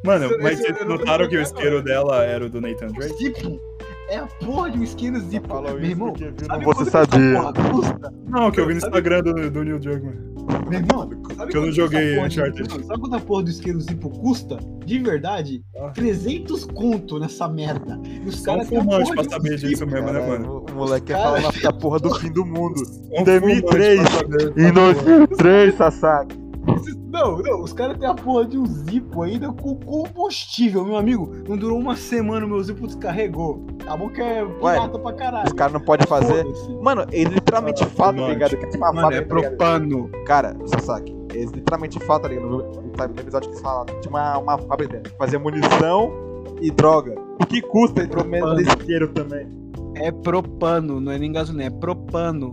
Mano, Isso- mas isso vocês eu não notaram que o pensei isqueiro dela era o do Nathan O Drake? Zipo. É a porra de um isqueiro Só zipo. falou Meu isso irmão, porque viu sabe no Você quanto que essa Sabia. porra custa? Não, que eu vi no Instagram do, do Neil Druckmann. Meu irmão, sabe Que eu não quanto joguei essa porra Uncharted. de- Sabe quanto a porra do isqueiro zipo custa? De verdade, Ah. 300 conto nessa merda. E os Só um caras têm a porra fumante pra de um saber zipo. disso mesmo, né, mano? O moleque quer Cara. falar da porra do fim do mundo. Só um 2003, fumante pra saber, Em por favor. 2003, Sasaki. Esses- Não, não, os caras têm a porra de um zipo ainda com combustível, meu amigo. Não durou uma semana, o meu zipo descarregou. Tá bom que é pirata pra Os caralho. caras não podem fazer. Foda-se. Mano, ele literalmente Ah, fala, tá fumante. ligado? Que é tipo uma Mano, é fábrica, tá ligado? propano. Cara, Sasaki, eles literalmente falam, tá ligado? No sabe, no episódio que eles falam, tinha uma, uma fábrica que fazia munição e droga. O que custa pelo menos Mano. desse dinheiro também? É propano, não é nem gasolina, é propano.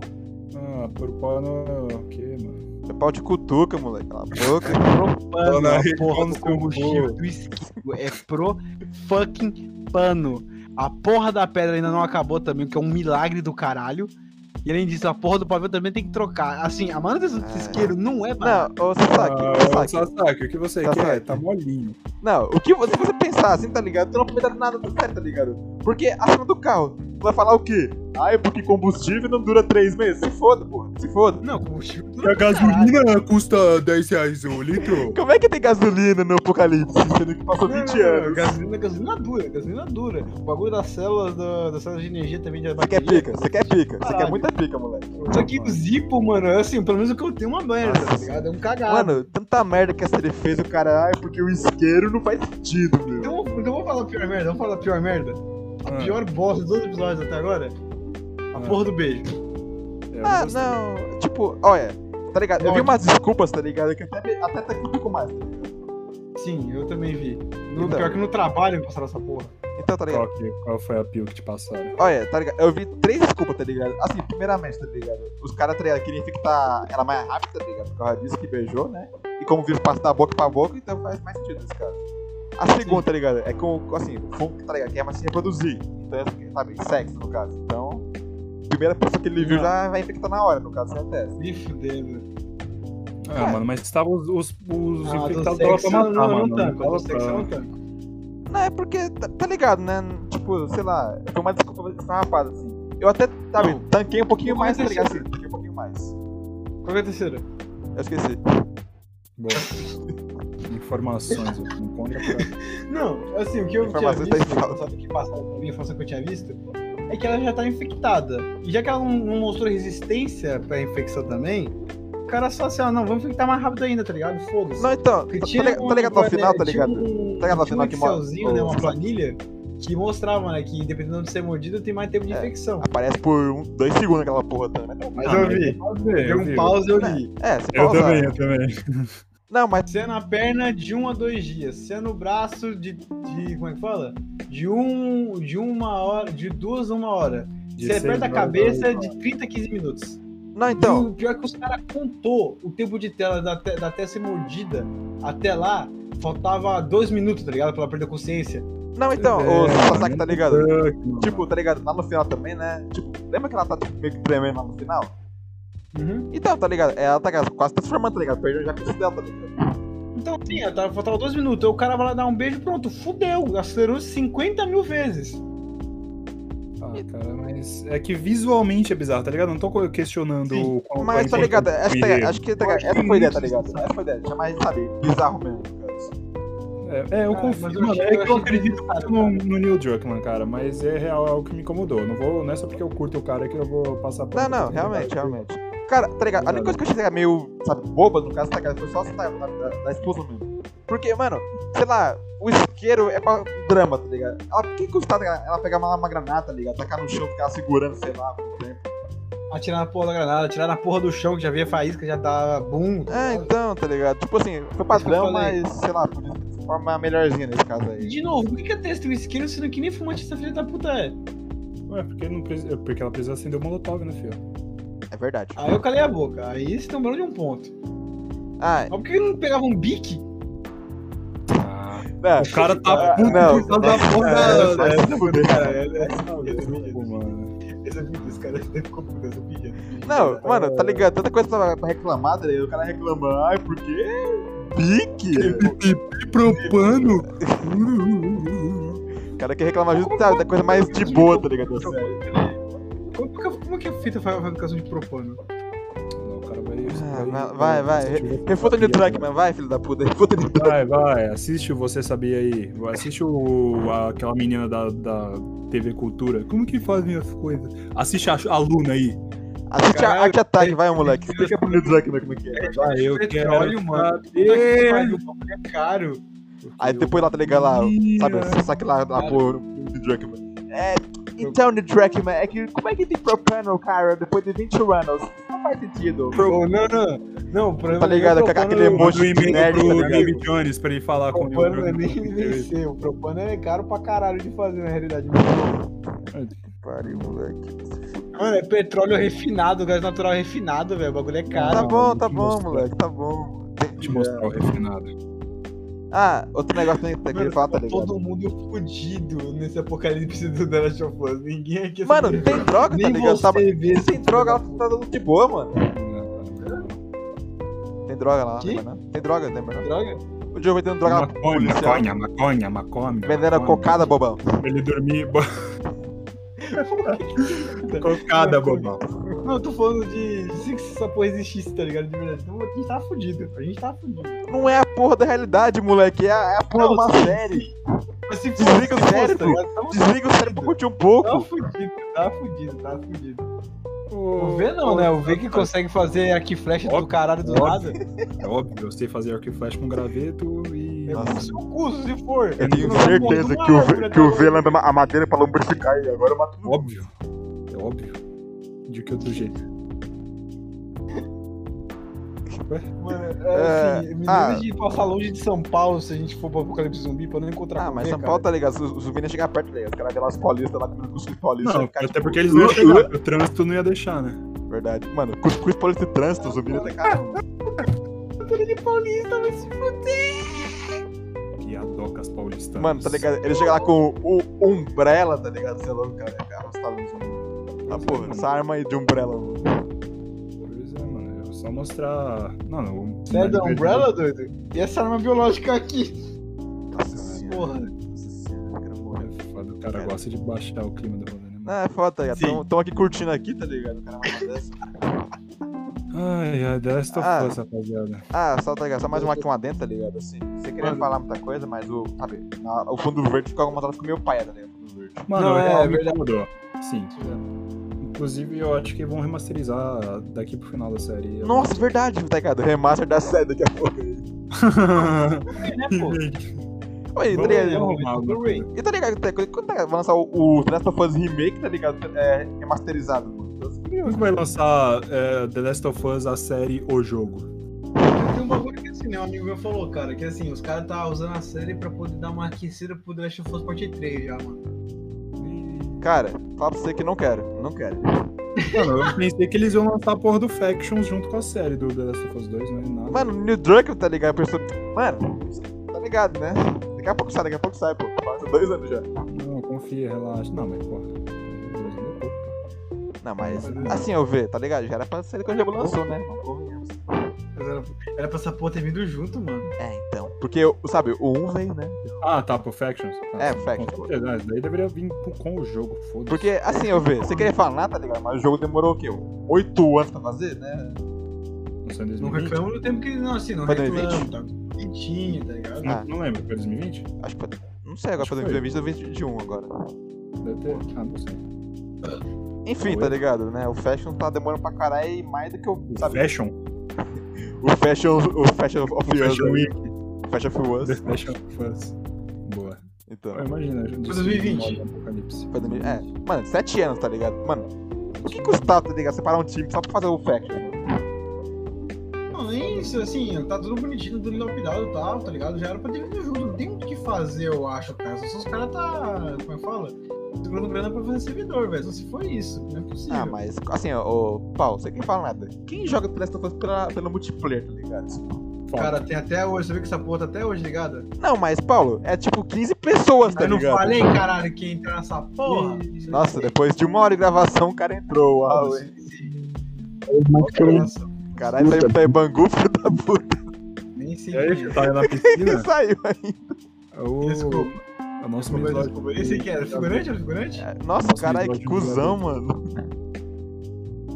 Ah, por pano. O quê, mano? É pau de cutuca, moleque. Cala a boca. Fala Propano, na a rede, porra fala no do seu combustível cu. do esquivo. É pro fucking pano. A porra da pedra ainda não acabou também, o que é um milagre do caralho. E além disso, a porra do pavio também tem que trocar. Assim, a manutenção desse Ah. isqueiro não é barata. não, ô Sasaki, Ah, ô, Sasaki. Sasaki, o que você Sasaki. quer? Tá molinho. Não, o que você, se você pensar assim, tá ligado? Tu não aproveita nada do sério, tá ligado? Porque a cena do carro, tu vai falar o quê? Ah, é porque combustível não dura três meses. Se foda, porra. Se foda. Não, combustível. é E a É gasolina custa 10 reais o litro? Como é que tem gasolina no apocalipse, sendo que passou 20 anos? Gasolina, gasolina dura, gasolina dura. O bagulho das células, da- das células de energia também de Você quer bateria. é pica, você quer pica, você quer Caralho. muita pica, moleque. Só que o Zipo, mano, é assim, pelo menos o que eu tenho é uma merda, Nossa. tá ligado? É um cagado. Mano, tanta merda que a série fez, o cara, ah, é porque o isqueiro não faz sentido, meu. então, então vou falar a pior merda, vou falar a pior merda. A Ah, pior bosta dos outros episódios até agora, a Ah. porra do beijo. é, eu Ah, gostei. não, tipo, olha, tá ligado? Eu vi umas desculpas, tá ligado? Que até, até tá um pouco mais, tá ligado? Sim, eu também vi. No, Então. Pior é que no trabalho me passaram essa porra. Então, tá ligado? Qual, que- qual foi a pio que te passaram? Olha, tá ligado? Eu vi três desculpas, tá ligado? Assim, primeiramente, tá ligado? Os caras, tá ligado? Queriam infectar ela mais rápido, tá ligado? Por causa disso que beijou, né? E como o vírus passa da boca pra boca, então faz mais sentido nesse caso. A segunda, tá ligado? É com, assim, o fungo, tá ligado? Que é mais se reproduzir. Então, é, sabe, sexo, no caso. Então, primeira pessoa que ele viu Não. já vai infectar na hora, no caso, sem teste. Me fudendo. Ah, mano, mas estavam os, os, os Ah, do infectados tava sexo, pra matar, não, mano. não tanco, tava do sexo eu pra- não tanco. Não, é porque, tá, tá ligado, né? Tipo, sei lá, foi uma desculpa pra essa rapada, assim. Eu até, sabe, Não. tanquei um pouquinho Não mais, tá aconteceu. ligado? Assim, tanquei um pouquinho mais. Qual que é a terceira? Eu esqueci. Bom, informações, assim, você encontra por aí. Não, assim, o que eu tinha Informação visto, está em falta. só que passar a informação que eu tinha visto, é que ela já tá infectada. E já que ela não, não mostrou resistência pra infecção também, o cara só assim, ó, não, vamos infectar mais rápido ainda, tá ligado? Foda-se. Não, então, Porque tá, tinha tá ligado- uma- tá ligado no uma- final, tá tinha ligado? Um, Tá ligado no tinha um final que mostra- Excelzinho, né, uma o- planilha que mostrava, né, que dependendo de ser mordido tem mais tempo de É. infecção. Aparece por um, dois segundos aquela porra também. (laughs) Mas Ah, eu mas vi, Fazer, dei um pause e eu li. É, se Eu pausar. também, eu também. Não, mas Se é na perna de um a dois dias, se é no braço de, de como é que fala? De um, de uma hora, de duas a uma hora. se é perto da cabeça, de 30 a 15 minutos. Não, então. E o pior é que os caras contou o tempo de tela da, te- da tela ser mordida até lá, faltava dois minutos, tá ligado? Pra ela perder a consciência. Não, então, ô É, Sasaki, tá ligado? Fuck, Tipo, tá ligado? Lá no final também, né? Tipo, lembra que ela tá tipo, meio que tremendo lá no final? Uhum. Então, tá ligado? Ela tá quase transformando, tá ligado? Perdeu já com isso dela, tá ligado? Então, sim, ela tava- faltava dois minutos. Aí o cara vai lá dar um beijo, pronto, fudeu. Acelerou 50 mil vezes. Ah, cara, mas é que visualmente é bizarro, tá ligado? Não tô co- questionando Sim, o qual Mas tá qual é a ligado? importância Acho que, do tá- enredo. acho que tá ligado? Essa foi a ideia, tá ligado? Essa foi a ideia. Mas, sabe, bizarro mesmo, cara. É, é, eu Ah, mas confio, eu mano. achei- é eu que eu achei acredito muito desnecessário, no, no Neil Druckmann, cara, mas é real é algo que me incomodou. Eu Não, vou, não é só porque eu curto o cara que eu vou passar tá por. Não, não, realmente, realmente. Cara, tá ligado? A única coisa que eu achei tá ligado, meio, sabe, boba, no caso, tá ligado? Foi só essa da, da, da esposa mesmo. Porque, mano, sei lá, o isqueiro é pra drama, tá ligado? Ela, por que custar, tá ligado? Ela pegar uma, uma granada, tá ligado? Tacar no chão, ficar segurando, sei lá, por um tempo. Atirar na porra da granada, atirar na porra do chão, que já havia faísca, já tava bum. É, então, tá ligado? Tipo assim, foi que padrão, eu falei. mas sei lá, podia ser forma melhorzinha nesse caso E aí. de novo, por que que a testa tem um isqueiro sendo que nem fumante essa filha da puta é? Ué, porque, não precisa- é, porque ela precisa acender o Molotov, né, filho? É verdade. Aí eu calei a boca. Aí vocês estão falando de um ponto. Ah, Mas por que não pegava um bique? não. O cara Ah, tá puto é. Ah, não, por causa da é, porra da- vai se fuder, cara. Pô, mano. Esse vídeo, esse cara ficou puto, esse vídeo. Não, mano, tá ligado? Tanta coisa pra pra reclamar, tá ligado? O cara reclama, ai, por quê? Pique! E um propano? O cara quer reclamar justo sabe, da coisa mais de boa, tá ligado? Como que, como que é feita a fabricação de propano? Não, o cara vai. Ah, vai- vai, vai. Refuta de track, mano, vai, filho da puta, refuta de track. Vai, vai, assiste o Você Sabia aí. Assiste o, a- aquela menina da, da TV Cultura. Como que fazem as coisas? Assiste a, a Luna aí. Assiste a Caralho, Arte Ataque, vai, moleque. Explica pro Neil Druckmann como é que é. Vai, eu Petróleo, quero mano. saber. Pariu, o bagulho é caro. Aí depois lá, tá ligado? Lá, sabe, Ih, você saque lá, lá pro Neil Druckmann. É, então, Neil Druckmann, é que como é que tem propano, cara, depois de 20 anos? Não faz sentido. Ô, não, não. Não, o problema Tá ligado? não é Com aquele propano- emoji Manda um de e-mail nerd, tá pro ligado? David Jones pra ele falar O com o Neil propano não é Druckmann. nem vencer. O propano é caro pra caralho de fazer, na realidade. Mano, Pariu, moleque. é petróleo refinado, gás natural refinado, velho. O bagulho é Tá caro. bom, tá te bom, mostrar. moleque, tá bom. Vou te mostrar É. o refinado. Ah, outro negócio também que eu queria falar, tá ligado? Todo mundo fudido nesse apocalipse do The Last of Us. Ninguém aqui Mano, tem droga, tá nem ligado? Tá, você vê tem droga, ela tá dando de boa, mano. Tem droga lá, Que? lembra, né? Tem droga, lembra, né? droga. O Diogo vai tendo droga lá pro Maconha, policial. maconha, maconha, maconha. Vendendo maconha. cocada, bobão. Ele dormir. (laughs) bo- Cocada, bobão. (laughs) Não, eu tô falando de se que essa porra existisse, tá ligado? De verdade. Então, a gente tá fudido. A gente tá fudido. Não é a porra da realidade, moleque. É a, é a porra de uma série. Mas se Desliga o se fosse, tá cérebro. ligado? Tamo Desliga o cérebro pra curtir um pouco. Tá fudido, tá fudido, tá fudido. O V não, né? O V que consegue fazer aqui flecha do Óbvio, caralho do nada. óbvio. É óbvio, eu sei fazer arco e flecha com graveto e. É Nossa. pro seu curso, se for. Eu tenho Não, certeza uma que o, árvore V- que o até V lambe a madeira pra lubrificar e agora mata o Óbvio. É óbvio. De que outro jeito. Mano, é, assim, É, me ah. lembra de passar longe de São Paulo se a gente for pro Apocalipse Zumbi pra não encontrar Ah, com mas o São V, Paulo cara. tá ligado, os, os meninos chegam perto, tá ligado? Os caras vê lá os paulistas lá comendo cuscuz paulista. Não, vai ficar, até tipo, porque eles não iam "Uh, chegar, uh", porque o trânsito não ia deixar, né? Verdade. Mano, cuscuz paulista e trânsito, os meninos tá até caramba. Ele é paulista, mas se fuder. Piadocas paulistanas. Mano, tá ligado? Ele chega lá com o, o Umbrella, tá ligado? Sei lá, o cara é arrastado no zumbi. Ah, porra, essa arma aí de Umbrella, mano. Pois é, mano. É só mostrar. Não, não. Né, Você é da Umbrella, doido? E essa arma biológica aqui? Nossa senhora, Porra. nossa senhora, eu quero morrer. É foda, o cara gosta de baixar o clima do rolê, né? mano? Não, é foda, tá ligado? Sim. assim. Tão- Tão aqui curtindo aqui, tá ligado? O cara vai uma dessa. Ai, ai, The Last of Ah. Us, rapaziada. Ah, só, tá ligado? só mais uma aqui uma dentro, tá ligado? Assim, você queria Mano. falar muita coisa, mas o, sabe, na- o fundo verde ficou alguma com meu pai, tá ligado? O fundo verde. Mano, Não, é, é, é me incomodou. Sim. Inclusive, eu acho que vão remasterizar daqui pro final da série. (laughs) Nossa, verdade, tá ligado? Remaster da série daqui a pouco. É, né, (laughs) pô? Ué, tá Vamos ligado? arrumar Blu-ray. alguma coisa. E tá ligado? tá- Quando tá- vai lançar o, o The Last of Us Remake, tá ligado? É remasterizado. mano. Eu fico Quando é que curioso. vai lançar é, The Last of Us, a série O Jogo? Tem um bagulho que assim, né? Um amigo meu falou, cara, que assim, os caras tá usando a série pra poder dar uma aquecida pro The Last of Us Part 3 já, mano. Cara, fala pra você que não quero. Não quero. Mano, eu pensei que eles iam lançar a porra do Factions junto com a série do The Last of Us 2, não é nada. Mano, New Druck, tá ligado? A pessoa. Mano, tá ligado, né? Daqui a pouco sai, daqui a pouco sai, pô. Passa dois anos já. Não, confia, relaxa. Não, mas porra. dois anos é pouco, pô. Não, mas assim eu ver, tá ligado? Já era pra ser que eu já lançou, né? Convenhamos. Mas Era, era pra essa porra ter vindo junto, mano. É, então. Porque, eu- sabe, o 1 veio, né? Ah, tá, pro Factions. Tá, É, sim, Factions. Com certeza, isso daí deveria vir com, com o jogo, foda-se. Porque, assim eu ver, você queria falar, tá ligado? Mas o jogo demorou o quê? Oito anos pra fazer, né? Lançou em Não 2020? reclamo do tempo que. Não, assim, não Foi reclamo, tá? Quentinho, tá ligado? Não, não lembro, foi 2020? Acho que foi. Não sei, agora Acho foi que foi. 2020 ou 2021 agora. Deve ter. Ah, não sei. Enfim, Foi. tá ligado, né? O Fashion tá demorando pra caralho e mais do que o. O Sabe? Fashion? O Fashion. O Fashion of O Us. Fashion né? Week. O Fashion of The (laughs) Us. Fashion of Us. Boa. Então. Ah, Imagina, a gente 2020. modo Apocalipse. Foi 2000 É, mano, sete anos, tá ligado? Mano, o que custava, tá ligado? Separar um time só pra fazer o Fashion? Não, é isso, assim, tá tudo bonitinho, tudo lapidado e tal, tá ligado? Já era pra ter vindo junto, não tem muito o que fazer, eu acho, cara. Só se os caras tá. Como é que fala? Segurando grana pra fazer servidor, velho. Só se for isso, não é possível. Ah, mas assim, ó, ô, Paulo, você que fala nada. Quem joga The Last of Us pela, pelo multiplayer, tá ligado? Foda. Cara, tem até hoje, você viu que essa porra tá até hoje ligada? Não, mas, Paulo, é tipo 15 pessoas, tá eu não ligado? falei, caralho, que ia entrar nessa porra. (laughs) Nossa, depois de uma hora de gravação, o cara entrou. Uau, hein? Nossa, Caralho, saiu tá em Bangu, (laughs) filho da puta. nem sei. E aí, quem filho, é. tá na Ele piscina? saiu aí. É o... Desculpa, é o nosso desculpa, episódio. desculpa. Esse aqui era figurante? Era figurante? É, Nossa, Nossa, caralho, episódio que de cuzão, mano.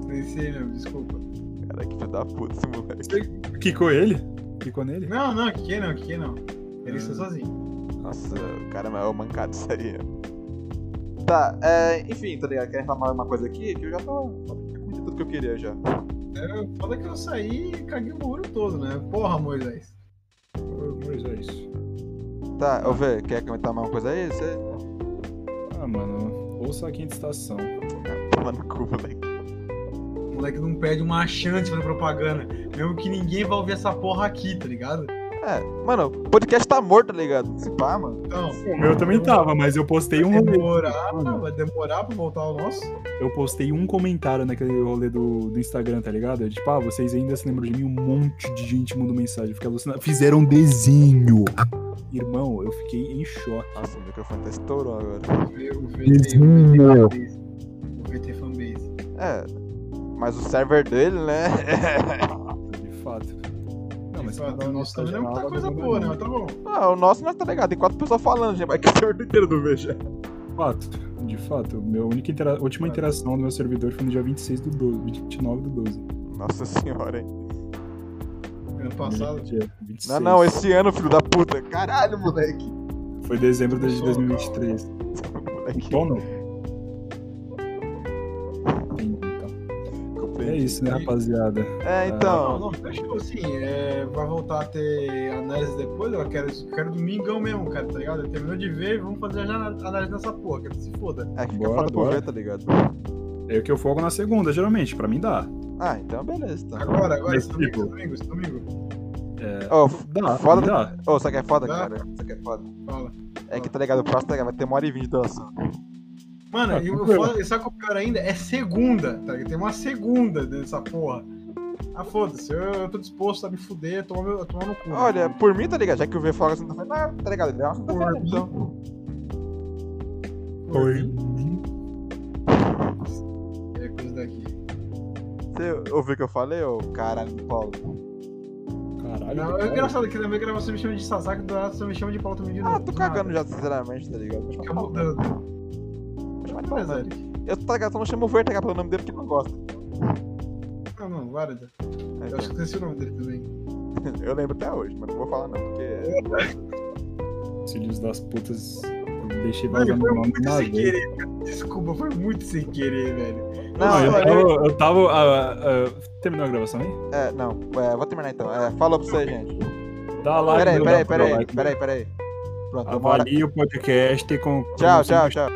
Nem sei mesmo, desculpa. Caralho, que filho da puta (laughs) esse moleque. Quicou ele? Quicou nele? Não, não, que que não, que que não. Ah. Ele está sozinho. Nossa, o cara é o mancado isso aí. Tá, é, enfim, tá ligado? Quer reclamar uma coisa aqui? Que eu já tô. já comentei tudo que eu queria já. É, foda que eu saí e caguei o muro todo, né? Porra, Moisés. Pois é isso. Tá, ô Vê, quer comentar mais uma coisa aí? Você. Ah, mano, ouça a quinta estação. Toma tá no cu, moleque. O moleque não perde uma chance pra propaganda. Mesmo que ninguém vai ouvir essa porra aqui, tá ligado? É, mano, o podcast tá morto, tá ligado? Se pá, mano. Então, O meu também tava, mas eu postei um rolê. demorar, vai demorar pra voltar ao nosso. Eu postei um comentário naquele rolê do, do Instagram, tá ligado? Eu, tipo, ah, vocês ainda se lembram de mim? Um monte de gente mandou mensagem. Fiquei alucinado. Fizeram um desenho. Irmão, eu fiquei em choque. Nossa, o microfone tá estourou agora. O VT, o VT fanbase. O VT fanbase. É. Mas o server dele, né? (laughs) De fato. Não, Mas cada um nosso tá também não é muita geral, coisa cada um boa, é né? Tá bom. Ah, o nosso nós tá ligado, tem quatro pessoas falando, já vai que (laughs) o servidor inteiro do veja. De fato, de fato. Meu única intera- última interação do meu servidor foi no dia 26 do 12, 29 do 12. Nossa senhora, hein? Ano passado. Dia 26. Não, não, esse ano, filho da puta. Caralho, moleque. Foi dezembro de 2023. Moleque, Bom, não. Entendi, então. É compreendi. isso, né, rapaziada? É, Não, então. não, acho que assim, é, vai voltar a ter análise depois, eu quero, eu quero domingão mesmo, cara, tá ligado? Terminou de ver, vamos fazer já análise nessa porra, que se foda. É, fica Bora, foda por bora. ver, tá ligado? É que eu fogo na segunda, geralmente. Pra mim dá. Ah, então beleza. Então. Agora, agora, Mas, esse domingo, tipo, esse domingo, esse domingo. Ô, f- É, Dá. Foda- Dá. ô, sabe o que é foda, Tá. cara? Sabe o que é foda? Fala. É que, tá ligado, o próximo tá ligado, vai ter uma hora e vinte de duração. Mano, Tá, e o tranquilo. foda, e sabe o que é pior ainda? É segunda, tá ligado? Tem uma segunda dessa porra. Ah, foda-se, eu, eu tô disposto a me fuder, tomar, meu, tomar no cu. né? Olha, por mim, tá ligado? Já que eu vi folga segunda-feira, ah, tá ligado? Ele é uma segunda-feira, Por então. Foi. É coisa daqui. Você ouviu o que eu falei, ô caralho, Paulo? Caralho. Não, é cara. engraçado que na minha gravação me chama de Sasaki, do lado você me chama de Paulo também de novo. Ah, tô do nada. cagando já, sinceramente, tá ligado? Vou Fica chamar de Paulo. mudando. Vou chamar de Mas, Paulo, né? Eric, Eu, tá ligado, só não chamo o Ver, tá ligado, pelo nome dele porque ele não gosta. Não, não, Varda. Eu acho que esqueci o nome dele também. (laughs) Eu lembro até hoje, mas não vou falar não, porque. Os filhos das putas. Deixei Mano, vazando foi o nome é muito uma sem vez. querer, cara. Desculpa, foi muito sem querer, velho. Não, eu olha, tava. Eu tava ah, ah, terminou a gravação aí? É, não, é, vou terminar então. É, falou pra você, gente. Dá lá Peraí, meu, peraí, dá pra peraí, like, peraí, peraí. Pronto, vamos lá. Avalie o podcast com. Tchau, tchau, tchau.